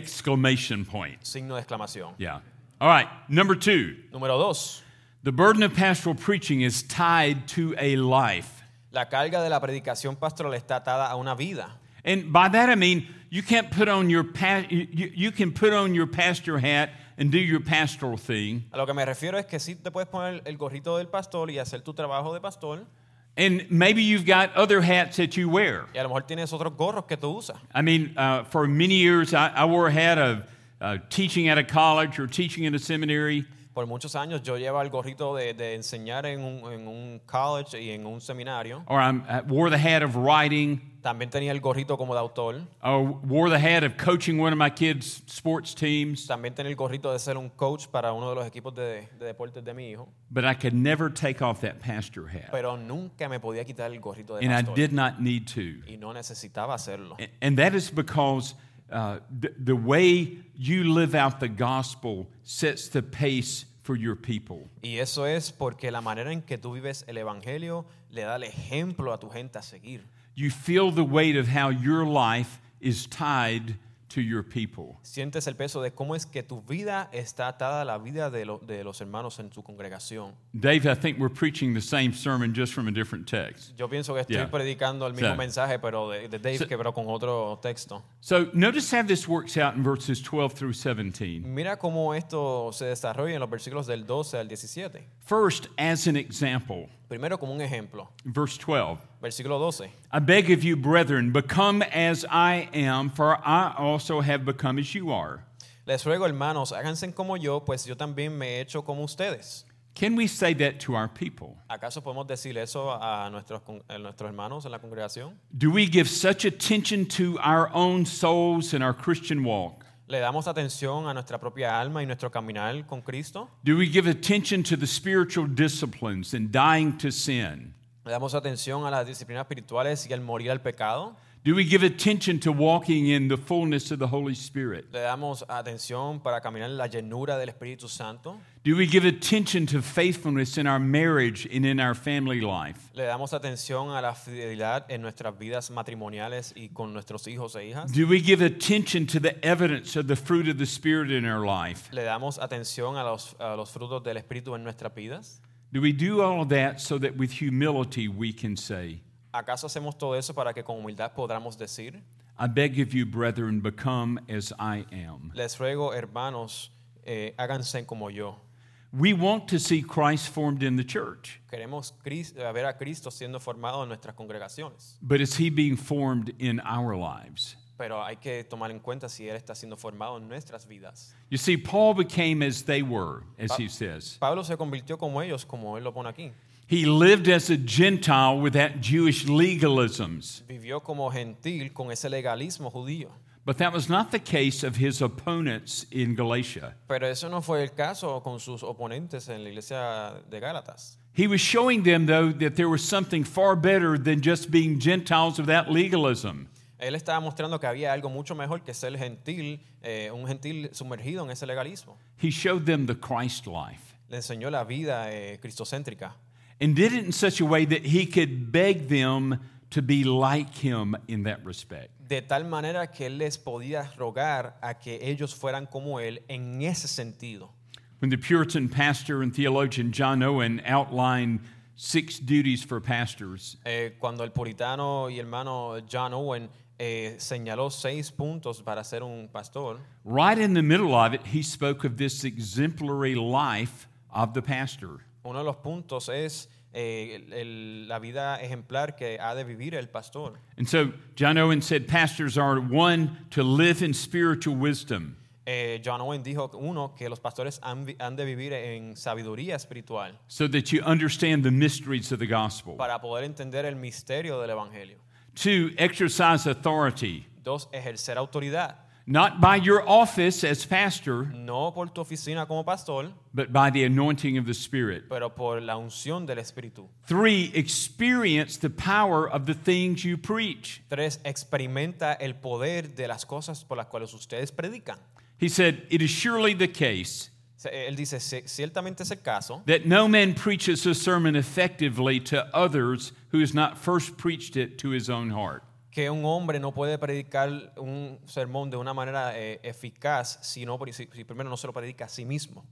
Speaker 1: Exclamation point.
Speaker 2: Signo de exclamación.
Speaker 1: Yeah. All right, number two.
Speaker 2: Número dos,
Speaker 1: The burden of pastoral preaching is tied to a life.
Speaker 2: la carga de la predicación pastoral está atada a una vida.
Speaker 1: And by that I mean you can't put on your pa- you, you you can put on your pastor hat and do your pastoral thing
Speaker 2: A lo que me refiero es que sí te puedes poner el gorrito del pastor y hacer tu trabajo de pastor,
Speaker 1: and maybe you've got other hats that you wear.
Speaker 2: y a lo mejor tienes otros gorros que tú usas.
Speaker 1: I mean, uh, for many years, I, I wore a hat of uh, teaching at a college or teaching in a seminary.
Speaker 2: Por muchos años yo llevaba el gorrito de, de enseñar en un, en un college y en un seminario.
Speaker 1: Or I'm, I wore the hat of writing,
Speaker 2: También tenía el gorrito como de autor.
Speaker 1: or wore the hat of coaching one of my kids' sports teams.
Speaker 2: También tenía el gorrito de ser un coach para uno de los equipos de, de deportes de mi hijo.
Speaker 1: But I could never take off that pastor hat,
Speaker 2: Pero nunca me podía quitar el gorrito de
Speaker 1: and I
Speaker 2: pastor.
Speaker 1: did not need to.
Speaker 2: Y no necesitaba hacerlo.
Speaker 1: A- And that is because uh, the, the way you live out the gospel sets the pace for your people.
Speaker 2: Y eso es porque la manera en que tú vives el evangelio le da el ejemplo a tu gente a seguir.
Speaker 1: You feel the weight of how your life is tied to your people.
Speaker 2: Sientes el peso de cómo es que tu vida está atada a la vida de, lo- de los hermanos en tu congregación.
Speaker 1: Dave, I think we're preaching the same sermon just from a different text.
Speaker 2: Yo pienso que estoy
Speaker 1: Yeah.
Speaker 2: predicando el mismo
Speaker 1: So-
Speaker 2: mensaje, pero de, de Dave, que pero con otro texto.
Speaker 1: So notice how this works out in verses 12 through 17.
Speaker 2: Mira cómo esto se desarrolla en los versículos del 12 al 17.
Speaker 1: First, as an example,
Speaker 2: Primero, como un ejemplo,
Speaker 1: verse 12
Speaker 2: versículo 12.
Speaker 1: I beg of you, brethren, become as I am, for I also have become as you are.
Speaker 2: Les ruego, hermanos, háganse como yo, pues yo también me he hecho como ustedes.
Speaker 1: Can we say that to our people?
Speaker 2: ¿Acaso podemos decir eso a nuestros, con- a nuestros hermanos en la congregación?
Speaker 1: Do we give such attention to our own souls in our Christian walk?
Speaker 2: ¿Le damos atención a nuestra propia alma y nuestro caminar con Cristo?
Speaker 1: Do we give attention to the spiritual disciplines and dying to sin?
Speaker 2: ¿Le damos atención a las disciplinas espirituales y al morir al pecado?
Speaker 1: Do we give attention to walking in the fullness of the Holy Spirit?
Speaker 2: ¿Le damos atención para caminar en la llenura del Espíritu Santo?
Speaker 1: Do we give attention to faithfulness in our marriage and in our family life?
Speaker 2: ¿Le damos atención a la fidelidad en nuestras vidas matrimoniales y con nuestros hijos e hijas?
Speaker 1: Do we give attention to the evidence of the fruit of the Spirit in our life?
Speaker 2: ¿Le damos atención a los, a los frutos del Espíritu en nuestras vidas?
Speaker 1: Do we do all of that so that with humility we can say,
Speaker 2: ¿Acaso hacemos todo eso para que con humildad podamos decir,
Speaker 1: I beg of you, brethren, become as I am?
Speaker 2: les ruego hermanos, eh, háganse como yo?
Speaker 1: We want to see Christ formed in the church,
Speaker 2: Queremos Cris- eh, ver a Cristo siendo formado en nuestras congregaciones,
Speaker 1: but is he being formed in our lives?
Speaker 2: pero hay que tomar en cuenta si Él está siendo formado en nuestras vidas.
Speaker 1: You see, Paul became as they were, as he says.
Speaker 2: Pablo se convirtió como ellos, como Él lo pone aquí.
Speaker 1: He lived as a Gentile without Jewish legalisms,
Speaker 2: Vivió como gentil con ese legalismo judío.
Speaker 1: but that was not the case of his opponents in Galatia.
Speaker 2: Pero eso no fue el caso con sus oponentes en la iglesia de Gálatas.
Speaker 1: He was showing them, though, that there was something far better than just being Gentiles without legalism.
Speaker 2: Él estaba mostrando que había algo mucho mejor que ser gentil, eh, un gentil sumergido en ese legalismo.
Speaker 1: He showed them the Christ life
Speaker 2: Le enseñó la vida eh, cristocéntrica
Speaker 1: and did it in such a way that he could beg them to be like him in that respect.
Speaker 2: de tal manera que él les podía rogar a que ellos fueran como él en ese sentido.
Speaker 1: When the Puritan pastor and theologian John Owen outlined six duties for pastors,
Speaker 2: Eh, cuando el puritano y hermano John Owen eh, señaló seis puntos para ser un pastor,
Speaker 1: Right in the middle of it, he spoke of this exemplary life of the pastor.
Speaker 2: uno de los puntos es eh, el- el- la vida ejemplar que ha de vivir el pastor.
Speaker 1: And so John Owen said pastors are one, to live in spiritual wisdom,
Speaker 2: Eh, John Owen dijo uno que los pastores han, vi- han de vivir en sabiduría espiritual
Speaker 1: so that you understand the mysteries of the gospel.
Speaker 2: para poder entender el misterio del evangelio.
Speaker 1: Two, exercise authority,
Speaker 2: Dos, ejercer autoridad,
Speaker 1: not by your office as pastor,
Speaker 2: no por tu oficina como pastor,
Speaker 1: but by the anointing of the Spirit.
Speaker 2: pero por la unción del Espíritu.
Speaker 1: Three, experience the power of the things you preach.
Speaker 2: Tres, experimenta el poder de las cosas por las cuales ustedes predican.
Speaker 1: He said, It is surely the case
Speaker 2: Se- Él dice, "Sí, ciertamente es el caso,
Speaker 1: that no man preaches a sermon effectively to others who has not first preached it to his own heart.
Speaker 2: que un hombre no puede predicar un sermón de una manera eh, eficaz si, no, si- si primero no se lo predica a sí mismo.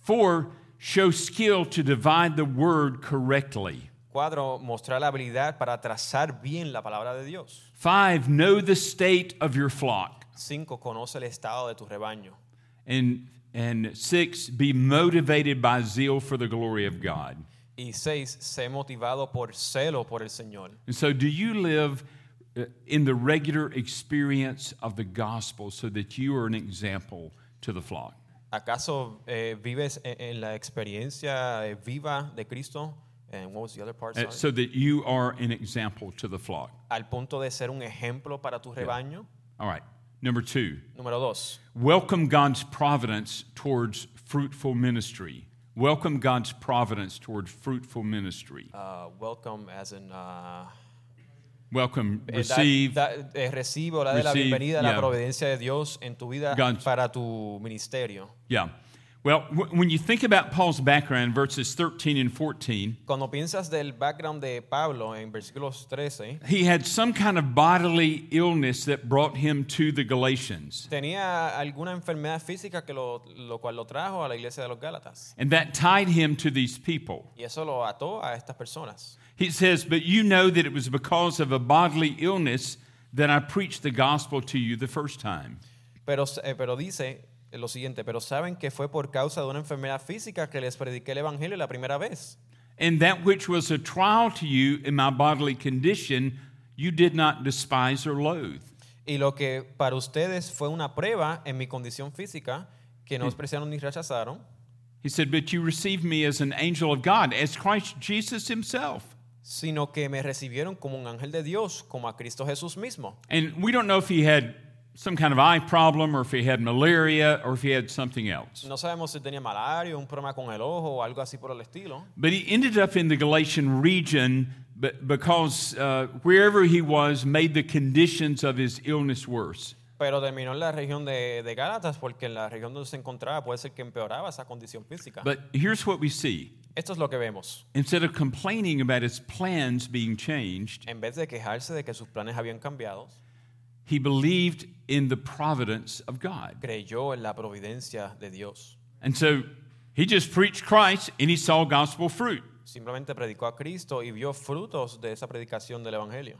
Speaker 1: Four, show skill to divide the word correctly.
Speaker 2: Cuatro, mostrar la habilidad para trazar bien la palabra de Dios.
Speaker 1: Five, know the state of your flock.
Speaker 2: Cinco, conoce el estado de tu rebaño.
Speaker 1: And, and six, be motivated by zeal for the glory of God.
Speaker 2: Y seis, sé motivado por celo por el Señor.
Speaker 1: And so, do you live uh, in the regular experience of the gospel so that you are an example to the flock?
Speaker 2: ¿Acaso eh, vives en, en la experiencia eh, viva de Cristo? And what was the other part,
Speaker 1: Uh,
Speaker 2: sorry?
Speaker 1: so that you are an example to the flock.
Speaker 2: Al punto de ser un ejemplo para tu rebaño.
Speaker 1: All right. Number two,
Speaker 2: Número dos,
Speaker 1: welcome God's providence towards fruitful ministry. Welcome God's providence towards fruitful ministry.
Speaker 2: uh, welcome as in... uh,
Speaker 1: Welcome,
Speaker 2: eh, da-
Speaker 1: receive.
Speaker 2: da- eh, recibo, la de la
Speaker 1: receive,
Speaker 2: bienvenida a
Speaker 1: yeah.
Speaker 2: la providencia de Dios en tu vida
Speaker 1: God's-
Speaker 2: para tu ministerio.
Speaker 1: Yeah. Well, w- when you think about Paul's background, verses 13 and 14,
Speaker 2: Cuando piensas del background de Pablo en versículos 13,
Speaker 1: he had some kind of bodily illness that brought him to the Galatians.
Speaker 2: tenía alguna enfermedad física que lo, lo cual lo trajo a la iglesia de los Gálatas.
Speaker 1: And that tied him to these people.
Speaker 2: Y eso lo ató a estas personas.
Speaker 1: He says, But you know that it was because of a bodily illness that I preached the gospel to you the first time.
Speaker 2: Pero, eh, pero dice lo siguiente, pero saben que fue por causa de una enfermedad física que les prediqué el Evangelio la primera vez.
Speaker 1: And that which was a trial to you in my bodily condition, you did not despise or loathe.
Speaker 2: Y lo que para ustedes fue una prueba en mi condición física, que no despreciaron ni rechazaron,
Speaker 1: He said, But you received me as an angel of God, as Christ Jesus himself.
Speaker 2: sino que me recibieron como un ángel de Dios, como a Cristo Jesús mismo.
Speaker 1: And we don't know if he had some kind of eye problem or if he had malaria or if he had something else.
Speaker 2: No sabemos si tenía malaria, un problema con el ojo o algo así por el estilo.
Speaker 1: But he ended up in the Galatian region be- because uh, wherever he was made the conditions of his illness worse.
Speaker 2: Pero terminó en la región de, de Gálatas porque en la región donde se encontraba puede ser que empeoraba esa condición física.
Speaker 1: But here's what we see
Speaker 2: Esto es lo que vemos.
Speaker 1: instead of complaining about his plans being changed,
Speaker 2: En vez de quejarse de que sus planes habían cambiado,
Speaker 1: he believed in the providence of God.
Speaker 2: creyó en la providencia de Dios.
Speaker 1: And so he just preached Christ and he saw gospel fruit.
Speaker 2: Simplemente predicó a Cristo y vio frutos de esa predicación del Evangelio.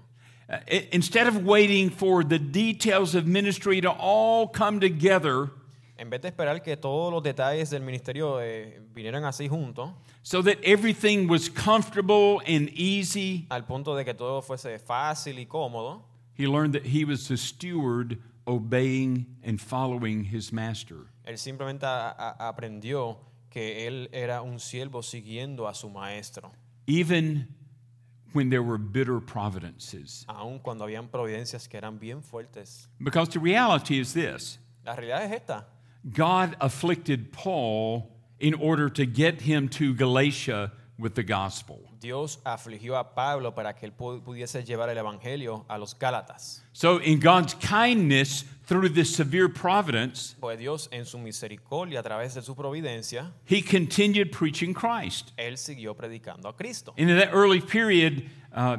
Speaker 1: Uh, i- instead of waiting for the details of ministry to all come together
Speaker 2: En vez de esperar que todos los detalles del ministerio eh, vinieran así juntos,
Speaker 1: so that everything was comfortable and easy,
Speaker 2: al punto de que todo fuese fácil y cómodo,
Speaker 1: he learned that he was the steward obeying and following his master.
Speaker 2: él simplemente a- a- aprendió que él era un siervo siguiendo a su maestro,
Speaker 1: Even when there were bitter providences.
Speaker 2: aun cuando habían providencias que eran bien fuertes.
Speaker 1: Because the reality is this
Speaker 2: La realidad es esta.
Speaker 1: God afflicted Paul in order to get him to Galatia with the gospel.
Speaker 2: Dios afligió a Pablo para que él pu- pudiese llevar el Evangelio a los Gálatas.
Speaker 1: So, in God's kindness through this severe providence,
Speaker 2: Pues Dios, en su misericordia, a través de su providencia,
Speaker 1: he continued preaching Christ.
Speaker 2: él siguió predicando a Cristo.
Speaker 1: And in that early period, uh,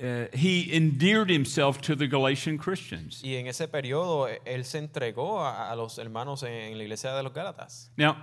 Speaker 1: uh, he endeared himself to the Galatian Christians.
Speaker 2: Y en ese periodo eh, él se entregó a, a los hermanos en, en la iglesia de los Gálatas.
Speaker 1: Now,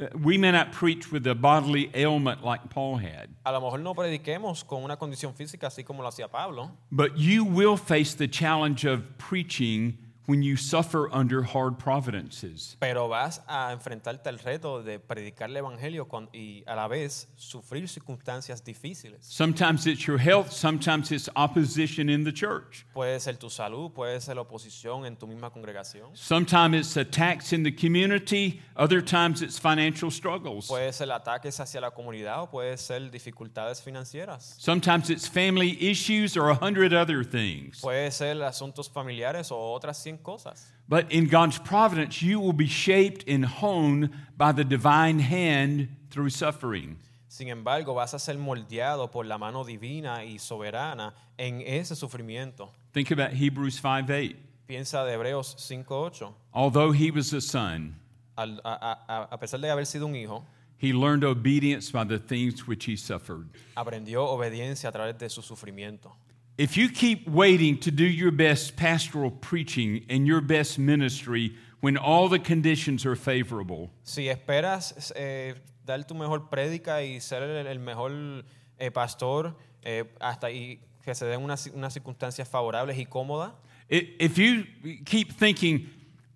Speaker 1: uh, we may not preach with a bodily ailment like Paul had,
Speaker 2: A lo mejor no prediquemos con una condición física así como lo hacía Pablo,
Speaker 1: but you will face the challenge of preaching when you suffer under hard providences.
Speaker 2: pero vas a enfrentarte al reto de predicar el evangelio con- y a la vez sufrir circunstancias difíciles.
Speaker 1: Sometimes it's your health, sometimes it's opposition in the church,
Speaker 2: Puede ser tu salud, puede ser la oposición en tu misma congregación,
Speaker 1: sometimes it's attacks in the community, other times it's financial struggles.
Speaker 2: puede ser ataques hacia la comunidad o puede ser dificultades financieras.
Speaker 1: Sometimes it's family issues or a hundred other things.
Speaker 2: Puede ser asuntos familiares o otras 100 cosas.
Speaker 1: But in God's providence, you will be shaped and honed by the divine hand through suffering.
Speaker 2: Sin embargo, vas a ser moldeado por la mano divina y soberana en ese sufrimiento.
Speaker 1: Think about Hebrews 5 8.
Speaker 2: Piensa de Hebreos 5.8.
Speaker 1: Although he was a son,
Speaker 2: Al- A, a- a- a pesar de haber sido un hijo,
Speaker 1: he learned obedience by the things which he suffered.
Speaker 2: aprendió obediencia a través de su sufrimiento.
Speaker 1: If you keep waiting to do your best pastoral preaching and your best ministry when all the conditions are favorable,
Speaker 2: Si esperas eh, dar tu mejor prédica y ser el, el mejor eh, pastor eh, hasta y que se den unas, unas circunstancias favorables y cómodas,
Speaker 1: I- If you keep thinking,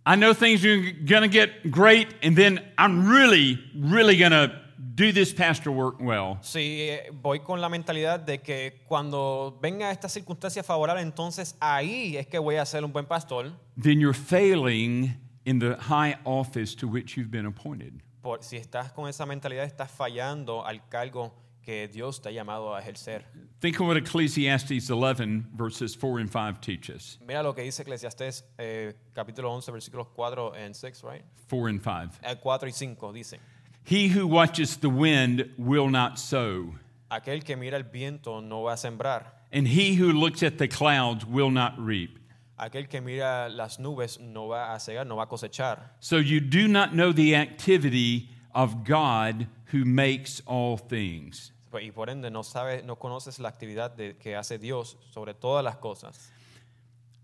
Speaker 1: I know things are going to get great, and then I'm really, really going to do this pastoral work well,
Speaker 2: si eh, voy con la mentalidad de que cuando venga estas circunstancias favorables, entonces ahí es que voy a ser un buen pastor.
Speaker 1: then you're failing in the high office to which you've been appointed.
Speaker 2: Por- si estás con esa mentalidad, estás fallando al cargo que Dios te ha llamado a ejercer.
Speaker 1: Think of what Ecclesiastes 11, verses 4 and 5 teach us.
Speaker 2: Mira lo que dice Eclesiastés eh, capítulo 11, versículos 4 and 6, right?
Speaker 1: 4 and 5.
Speaker 2: Eh, 4 y 5 dice,
Speaker 1: He who watches the wind will not sow,
Speaker 2: aquel que mira el viento no va a sembrar,
Speaker 1: and he who looks at the clouds will not reap.
Speaker 2: aquel que mira las nubes no va a cegar, no va a cosechar.
Speaker 1: So you do not know the activity of God who makes all things.
Speaker 2: Y por ende no sabes, no conoces la actividad de- que hace Dios sobre todas las cosas.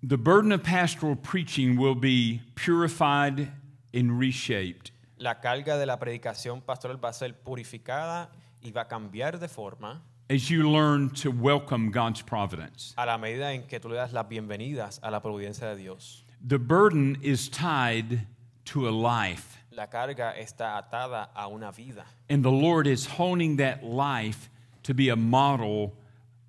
Speaker 1: The burden of pastoral preaching will be purified and reshaped.
Speaker 2: La carga de la predicación pastoral va a ser purificada y va a cambiar de forma
Speaker 1: As you learn to welcome God's providence,
Speaker 2: a la medida en que tú le das las bienvenidas a la providencia de Dios.
Speaker 1: the burden is tied to a life,
Speaker 2: La carga está atada a una vida
Speaker 1: and the Lord is honing that life to be a model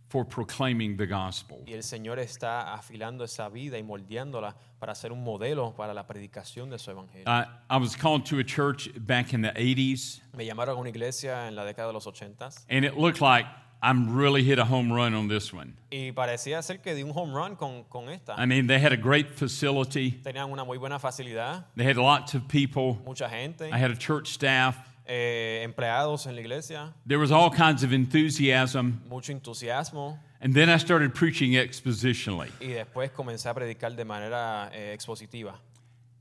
Speaker 1: for proclaiming the gospel.
Speaker 2: Y el Señor está afilando esa vida y moldeándola para ser un modelo para la predicación de su evangelio.
Speaker 1: I, I was called to a church back in the 80s,
Speaker 2: Me llamaron a una iglesia en la década de los 80
Speaker 1: and it looked like I'm really hit a home run on this one.
Speaker 2: y parecía ser que di un home run con, con esta.
Speaker 1: I mean, they had a great facility,
Speaker 2: Tenían una muy buena facilidad,
Speaker 1: they had lots of people,
Speaker 2: mucha gente,
Speaker 1: I had a church staff,
Speaker 2: eh, empleados en la iglesia,
Speaker 1: there was all kinds of enthusiasm.
Speaker 2: mucho entusiasmo.
Speaker 1: And then I started preaching expositionally.
Speaker 2: Y después comencé a predicar de manera eh, expositiva.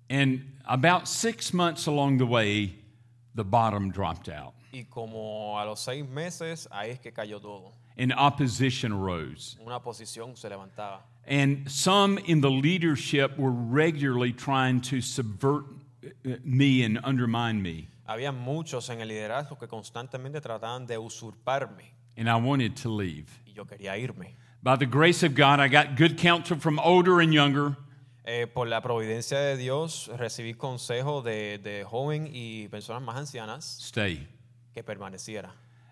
Speaker 1: And about six months along the way, the bottom dropped out
Speaker 2: Y como a los seis meses, ahí es que cayó todo.
Speaker 1: and opposition arose.
Speaker 2: Una posición se levantaba.
Speaker 1: And some in the leadership were regularly trying to subvert uh, me and undermine me.
Speaker 2: Había muchos en el liderazgo que constantemente trataban de usurparme
Speaker 1: And I wanted to leave.
Speaker 2: y yo quería irme.
Speaker 1: By the grace of God, I got good counsel from older and younger.
Speaker 2: Eh, por la providencia de Dios recibí consejo de, de joven y personas más ancianas
Speaker 1: Stay.
Speaker 2: que permaneciera.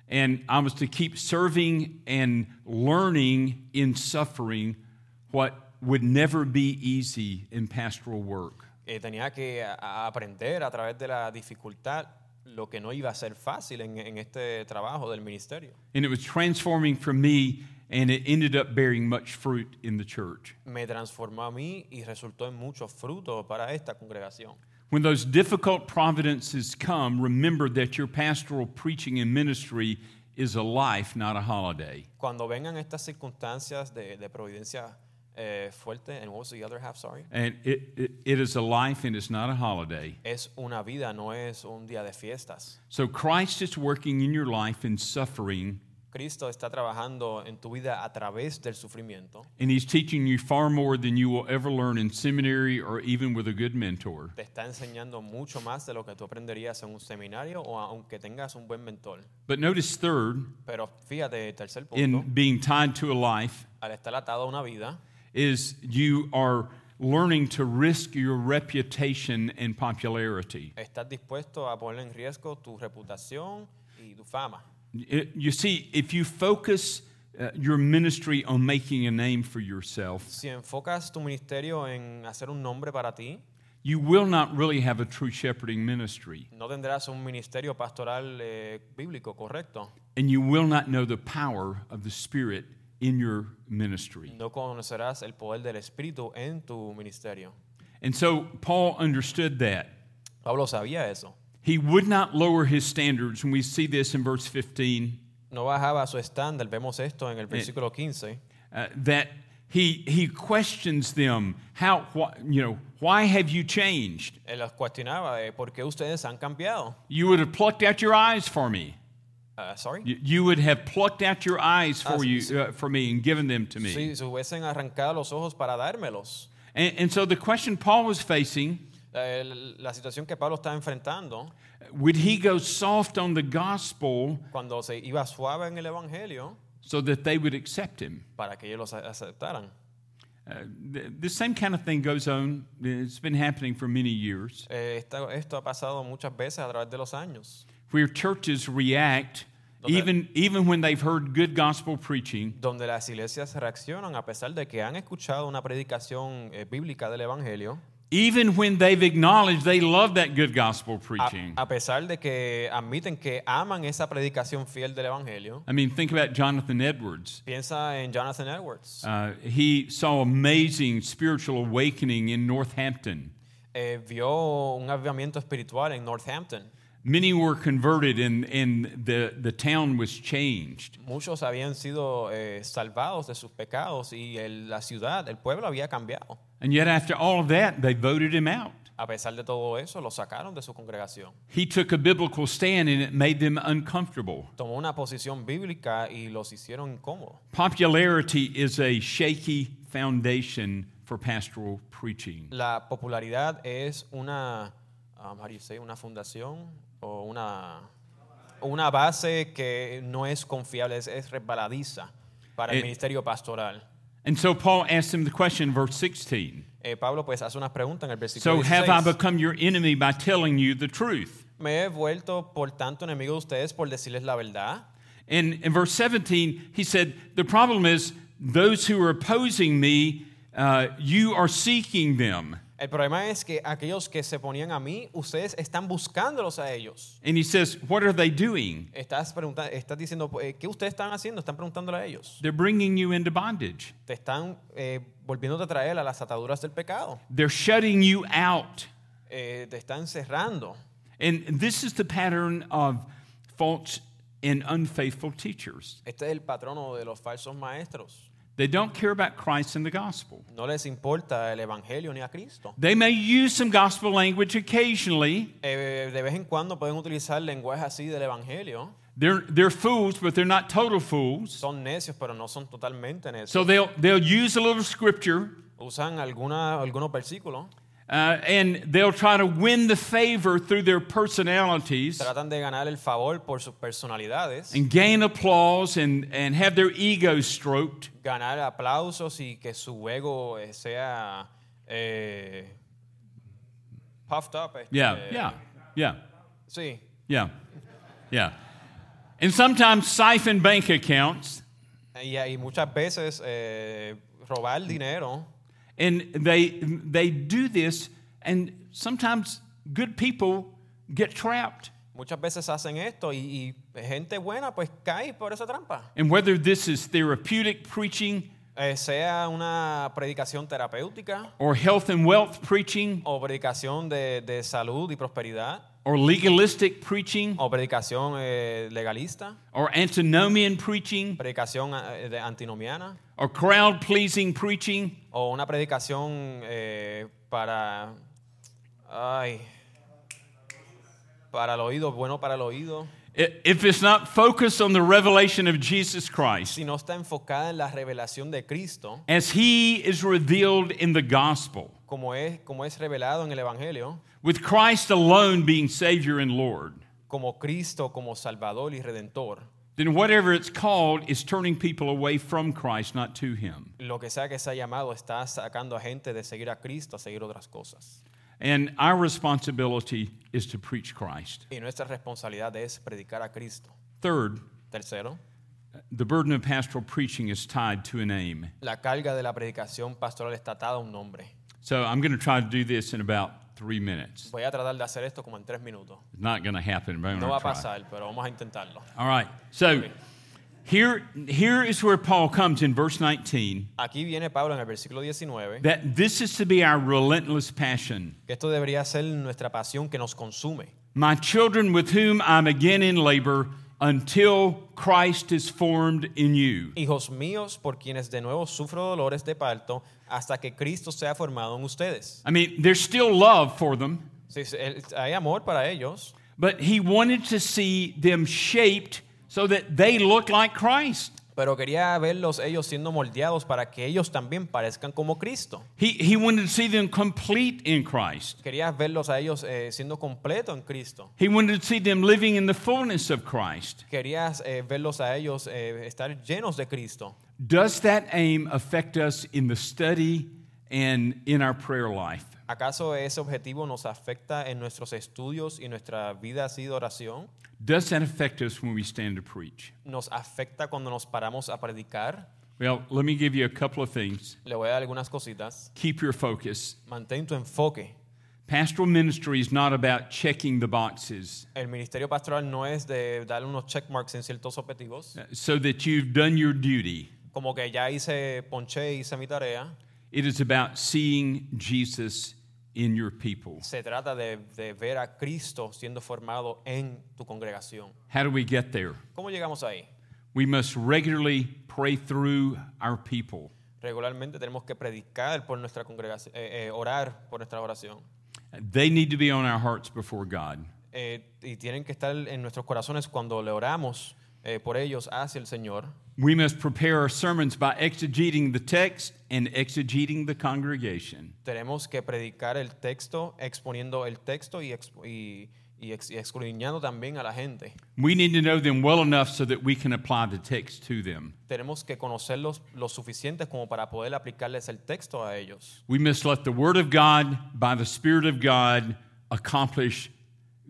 Speaker 1: And I was to keep serving and learning in suffering what would never be easy in pastoral work.
Speaker 2: Eh, tenía que a- a aprender a través de la dificultad lo que no iba a ser fácil en- en este trabajo del ministerio.
Speaker 1: And it was transforming for me, and it ended up bearing much fruit in the church.
Speaker 2: me transformó a mí y resultó en muchos frutos para esta congregación.
Speaker 1: When those difficult providences come, remember that your pastoral preaching and ministry is a life, not a holiday.
Speaker 2: Cuando vengan estas circunstancias de, de providencia eh, fuerte, and what was the other half, sorry?
Speaker 1: And it, it, it is a life and it's not a holiday.
Speaker 2: Es una vida, no es un día de fiestas.
Speaker 1: So Christ is working in your life in suffering,
Speaker 2: Cristo está trabajando en tu vida a través del sufrimiento.
Speaker 1: and He's teaching you far more than you will ever learn in seminary or even with a good mentor.
Speaker 2: Te está enseñando mucho más de lo que tú aprenderías en un seminario o aunque tengas un buen mentor.
Speaker 1: But notice, third,
Speaker 2: Pero fíjate, tercer punto,
Speaker 1: in being tied to a life,
Speaker 2: al estar atado a una vida,
Speaker 1: is you are learning to risk your reputation and popularity.
Speaker 2: estás dispuesto a poner en riesgo tu reputación y tu fama.
Speaker 1: It- You see, if you focus uh, your ministry on making a name for yourself,
Speaker 2: Si enfocas tu ministerio en hacer un nombre para ti,
Speaker 1: you will not really have a true shepherding ministry,
Speaker 2: no tendrás un ministerio pastoral eh, bíblico correcto.
Speaker 1: and you will not know the power of the Spirit in your ministry.
Speaker 2: No conocerás el poder del Espíritu en tu ministerio.
Speaker 1: And so Paul understood that.
Speaker 2: Pablo sabía eso.
Speaker 1: He would not lower his standards, and we see this in verse 15.
Speaker 2: No bajaba su estándar. Vemos esto en el versículo 15.
Speaker 1: uh, that he he questions them how wh- you know why have you changed
Speaker 2: Él los cuestionaba, eh, ¿por qué ustedes han cambiado?
Speaker 1: you would have plucked out your eyes for me
Speaker 2: Ah, sorry.
Speaker 1: you, you would have plucked out your eyes
Speaker 2: Ah,
Speaker 1: for
Speaker 2: sí,
Speaker 1: you uh, for me and given them to me
Speaker 2: Si se hubiesen arrancado los ojos para dármelos.
Speaker 1: and, and so the question paul was facing
Speaker 2: Eh, la situación que Pablo estaba enfrentando,
Speaker 1: uh, would he go soft on the gospel
Speaker 2: cuando se iba suave en el Evangelio,
Speaker 1: so that they would accept him
Speaker 2: para que ellos los a- aceptaran.
Speaker 1: uh, th- the same kind of thing goes on it's been happening for many years
Speaker 2: Eh, esta- esto ha pasado muchas veces a través de los años,
Speaker 1: where churches react
Speaker 2: Okay.
Speaker 1: even even when they've heard good gospel preaching
Speaker 2: donde las iglesias reaccionan a pesar de que han escuchado una predicación eh, bíblica del Evangelio,
Speaker 1: Even when they've acknowledged they love that good gospel
Speaker 2: a,
Speaker 1: preaching. I,
Speaker 2: a pesar de que admiten que aman esa predicación fiel del Evangelio.
Speaker 1: mean, think about Jonathan Edwards.
Speaker 2: Piensa en Jonathan Edwards.
Speaker 1: Uh, he saw amazing spiritual awakening in Northampton.
Speaker 2: Eh, vio un avivamiento espiritual en Northampton.
Speaker 1: Many were converted, and, and the, the town was changed.
Speaker 2: Muchos habían sido eh, salvados de sus pecados y el- la ciudad, el pueblo había cambiado.
Speaker 1: And yet, after all of that, they voted him out.
Speaker 2: A pesar de todo eso, lo sacaron de su congregación.
Speaker 1: He took a biblical stand, and it made them uncomfortable.
Speaker 2: Tomó una posición bíblica y los hicieron incómodos.
Speaker 1: Popularity is a shaky foundation for pastoral preaching.
Speaker 2: La popularidad es una, um, how do you say, una fundación o una, una base que no es confiable, es, es resbaladiza para el
Speaker 1: Eh.
Speaker 2: ministerio pastoral.
Speaker 1: And so, Paul asked him the question, verse 16.
Speaker 2: Eh, Pablo pues hace unas preguntas en el versículo
Speaker 1: So have I
Speaker 2: 16.
Speaker 1: become your enemy by telling you the truth?
Speaker 2: Me he vuelto por tanto enemigo de ustedes por decirles la verdad.
Speaker 1: And in verse 17, he said, The problem is, those who are opposing me, uh, you are seeking them.
Speaker 2: El problema es que aquellos que se ponían a mí, ustedes están buscándolos a ellos.
Speaker 1: And he says, What are they doing?
Speaker 2: Estás, preguntando, estás diciendo, eh, ¿qué ustedes están haciendo? Están preguntándole a ellos.
Speaker 1: They're bringing you into bondage,
Speaker 2: Te están eh, volviéndote a traer a las ataduras del pecado.
Speaker 1: they're shutting you out.
Speaker 2: Eh, te están cerrando.
Speaker 1: And this is the pattern of false and unfaithful teachers.
Speaker 2: Este es el patrono de los falsos maestros.
Speaker 1: They don't care about Christ and the gospel.
Speaker 2: No les importa el evangelio ni a Cristo.
Speaker 1: They may use some gospel language occasionally.
Speaker 2: Eh, de vez en cuando pueden utilizar lenguaje así del evangelio.
Speaker 1: They're, they're fools, but they're not total fools.
Speaker 2: Son necios, pero no son totalmente necios.
Speaker 1: So they'll, they'll use a little scripture
Speaker 2: Usan alguna, algunos versículos.
Speaker 1: uh, and they'll try to win the favor through their personalities
Speaker 2: Tratan de ganar el favor por sus personalidades.
Speaker 1: and gain applause and, and have their ego stroked.
Speaker 2: ganar aplausos y que su ego eh, sea eh, puffed up. este,
Speaker 1: Yeah, yeah, yeah,
Speaker 2: Sí.
Speaker 1: yeah, yeah. And sometimes siphon bank accounts
Speaker 2: Y, y muchas veces eh, robar dinero.
Speaker 1: and they, they do this, and sometimes good people get trapped.
Speaker 2: Muchas veces hacen esto y, y gente buena pues cae por esa trampa.
Speaker 1: And whether this is therapeutic preaching
Speaker 2: Eh, sea una predicación terapéutica
Speaker 1: or health and wealth preaching
Speaker 2: o predicación de, de salud y prosperidad
Speaker 1: or legalistic preaching
Speaker 2: o predicación eh, legalista,
Speaker 1: or antinomian preaching
Speaker 2: predicación eh, de antinomiana.
Speaker 1: or crowd pleasing preaching
Speaker 2: o una predicación eh, para ay, para el oído bueno para el oído
Speaker 1: i- if it's not focused on the revelation of Jesus Christ
Speaker 2: si no está enfocada en la revelación de Cristo
Speaker 1: as he is revealed in the gospel
Speaker 2: como es como es revelado en el evangelio
Speaker 1: with Christ alone being savior and lord
Speaker 2: como Cristo como Salvador y Redentor
Speaker 1: then whatever it's called is turning people away from Christ not to him
Speaker 2: lo que sea que sea llamado está sacando a gente de seguir a Cristo a seguir otras cosas
Speaker 1: and our responsibility is to preach Christ
Speaker 2: y nuestra responsabilidad es predicar a Cristo
Speaker 1: third
Speaker 2: tercero
Speaker 1: the burden of pastoral preaching is tied to an aim
Speaker 2: la carga de la predicación pastoral está atada a un nombre
Speaker 1: So I'm going to try to do this in about three minutes.
Speaker 2: voy a tratar de hacer esto como en tres minutos
Speaker 1: It's not going to happen, but I'm
Speaker 2: No
Speaker 1: going to
Speaker 2: va a
Speaker 1: try.
Speaker 2: pasar, pero vamos a intentarlo.
Speaker 1: All right. So here, here is where Paul comes in verse 19
Speaker 2: Aquí viene Pablo en el versículo 19,
Speaker 1: that this is to be our relentless passion.
Speaker 2: que esto debería ser nuestra pasión que nos consume.
Speaker 1: My children, with whom I'm again in labor, until Christ is formed in you.
Speaker 2: Hijos míos, por quienes de nuevo sufro dolores de parto, hasta que Cristo sea formado en ustedes.
Speaker 1: I mean, there's still love for them,
Speaker 2: Sí, sí, él- hay amor para ellos,
Speaker 1: but he wanted to see them shaped so that they look like Christ.
Speaker 2: pero quería verlos ellos siendo moldeados para que ellos también parezcan como Cristo.
Speaker 1: He, he wanted to see them complete in Christ.
Speaker 2: Quería verlos a ellos eh, siendo completo en Cristo.
Speaker 1: He wanted to see them living in the fullness of Christ.
Speaker 2: Quería eh, verlos a ellos eh, estar llenos de Cristo.
Speaker 1: Does that aim affect us in the study and in our prayer life?
Speaker 2: ¿Acaso ese objetivo nos afecta en nuestros estudios y nuestra vida así de oración?
Speaker 1: Does that affect us when we stand to preach?
Speaker 2: ¿Nos afecta cuando nos paramos a predicar?
Speaker 1: Well, let me give you a couple of things.
Speaker 2: Le voy a dar algunas cositas.
Speaker 1: Keep your focus.
Speaker 2: Mantén tu enfoque.
Speaker 1: Pastoral ministry is not about checking the boxes
Speaker 2: El ministerio pastoral no es de darle unos checkmarks en ciertos objetivos,
Speaker 1: uh, so that you've done your duty.
Speaker 2: como que ya hice ponché, hice mi tarea.
Speaker 1: It is about seeing Jesus in your people.
Speaker 2: Se trata de, de ver a Cristo siendo formado en tu congregación.
Speaker 1: How do we get there?
Speaker 2: ¿Cómo llegamos ahí?
Speaker 1: We must regularly pray through our people.
Speaker 2: Regularmente tenemos que predicar por nuestra congregación, eh, eh, orar por nuestra oración.
Speaker 1: They need to be on our hearts before God.
Speaker 2: eh, y tienen que estar en nuestros corazones cuando le oramos eh, por ellos hacia el Señor.
Speaker 1: We must prepare our sermons by exegeting the text and exegeting the congregation.
Speaker 2: Tenemos que predicar el texto, exponiendo el texto y, exp- y, y ex- y escudriñando también a la gente.
Speaker 1: We need to know them well enough so that we can apply the text to them.
Speaker 2: Tenemos que conocerlos lo suficiente como para poder aplicarles el texto a ellos.
Speaker 1: We must let the Word of God, by the Spirit of God, accomplish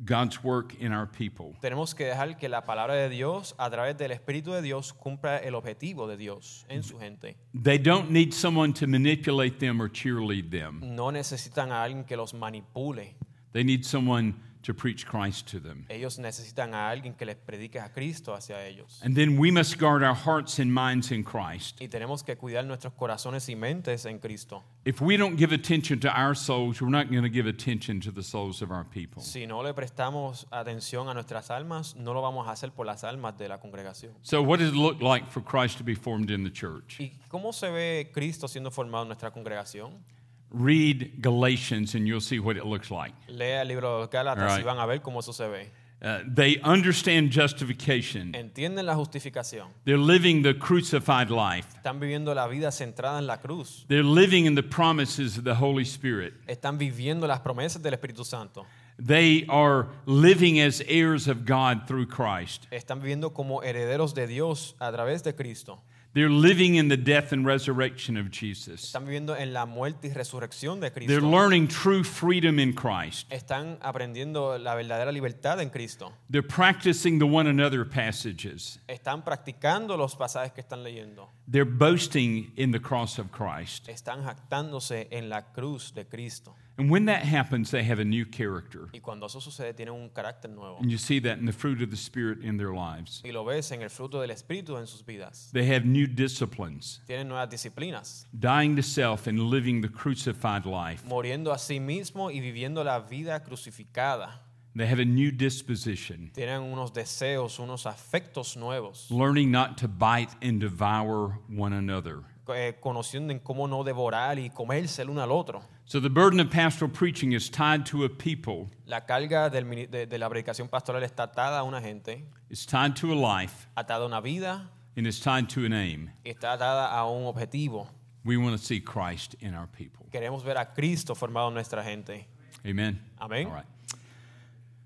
Speaker 1: God's work in our people.
Speaker 2: Tenemos que dejar que la palabra de Dios, a través del Espíritu de Dios, cumpla el objetivo de Dios en su gente.
Speaker 1: They don't need someone to manipulate them or cheerlead them.
Speaker 2: No necesitan a alguien que los manipule.
Speaker 1: They need someone to preach Christ to them.
Speaker 2: Ellos necesitan a alguien que les predique a Cristo hacia ellos.
Speaker 1: And then we must guard our hearts and minds in Christ.
Speaker 2: Y tenemos que cuidar nuestros corazones y mentes en Cristo.
Speaker 1: If we don't give attention to our souls, we're not going to give attention to the souls of our people.
Speaker 2: Si no le prestamos atención a nuestras almas, no lo vamos a hacer por las almas de la congregación.
Speaker 1: So, what does it look like for Christ to be formed in the church?
Speaker 2: ¿Y cómo se ve Cristo siendo formado en nuestra congregación?
Speaker 1: Read Galatians and you'll see what it looks like.
Speaker 2: Lea el libro de los Gálatas
Speaker 1: Right.
Speaker 2: y van a ver cómo eso se ve.
Speaker 1: Uh, they understand justification,
Speaker 2: Entienden la justificación.
Speaker 1: they're living the crucified life,
Speaker 2: Están viviendo la vida centrada en la cruz.
Speaker 1: they're living in the promises of the Holy Spirit.
Speaker 2: Están viviendo las promesas del Espíritu Santo.
Speaker 1: They are living as heirs of God through Christ.
Speaker 2: Están viviendo como herederos de Dios a través de Cristo.
Speaker 1: They're living in the death and resurrection of Jesus.
Speaker 2: Están viviendo en la muerte y resurrección de
Speaker 1: They're
Speaker 2: Cristo.
Speaker 1: learning true freedom in Christ.
Speaker 2: Están aprendiendo la verdadera libertad en Cristo.
Speaker 1: They're practicing the one another passages.
Speaker 2: Están practicando los pasajes que están leyendo.
Speaker 1: They're boasting in the cross of Christ.
Speaker 2: Están jactándose en la cruz de Cristo.
Speaker 1: And when that happens, they have a new character.
Speaker 2: Y cuando eso sucede, tienen un carácter nuevo.
Speaker 1: And you see that in the fruit of the Spirit in their lives.
Speaker 2: Y lo ves en el fruto del Espíritu en sus vidas.
Speaker 1: They have new disciplines,
Speaker 2: Tienen nuevas disciplinas,
Speaker 1: dying to self and living the crucified life.
Speaker 2: muriendo a sí mismo y viviendo la vida crucificada.
Speaker 1: They have a new disposition,
Speaker 2: Tienen unos deseos, unos afectos nuevos,
Speaker 1: learning not to bite and devour one another.
Speaker 2: eh, conociendo en cómo no devorar y comerse el uno al otro.
Speaker 1: So the burden of pastoral preaching is tied to a people,
Speaker 2: La carga del mini- de, de la predicación pastoral está atada a una gente,
Speaker 1: it's tied to a life,
Speaker 2: atada a una vida,
Speaker 1: and it's tied to an aim.
Speaker 2: y está atada a un objetivo.
Speaker 1: We want to see Christ in our people.
Speaker 2: Queremos ver a Cristo formado en nuestra gente.
Speaker 1: Amen.
Speaker 2: Amén.
Speaker 1: All right.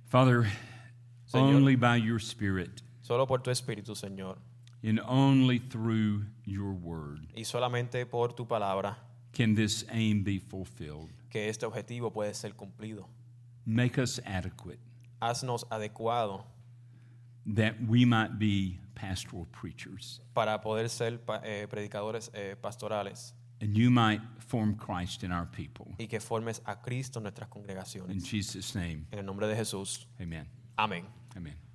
Speaker 1: Father,
Speaker 2: Señor.
Speaker 1: only by your Spirit
Speaker 2: Solo por tu Espíritu, Señor,
Speaker 1: and only through your word
Speaker 2: y solamente por tu palabra,
Speaker 1: can this aim be fulfilled.
Speaker 2: que este objetivo puede ser cumplido.
Speaker 1: Make us adequate
Speaker 2: Haznos adecuado
Speaker 1: that we might be pastoral preachers
Speaker 2: para poder ser pa- eh, predicadores eh, pastorales
Speaker 1: and you might form Christ in our people.
Speaker 2: y que formes a Cristo en nuestras
Speaker 1: In
Speaker 2: congregaciones.
Speaker 1: Jesus' name,
Speaker 2: En el nombre de Jesús.
Speaker 1: amen.
Speaker 2: Amén.
Speaker 1: Amen.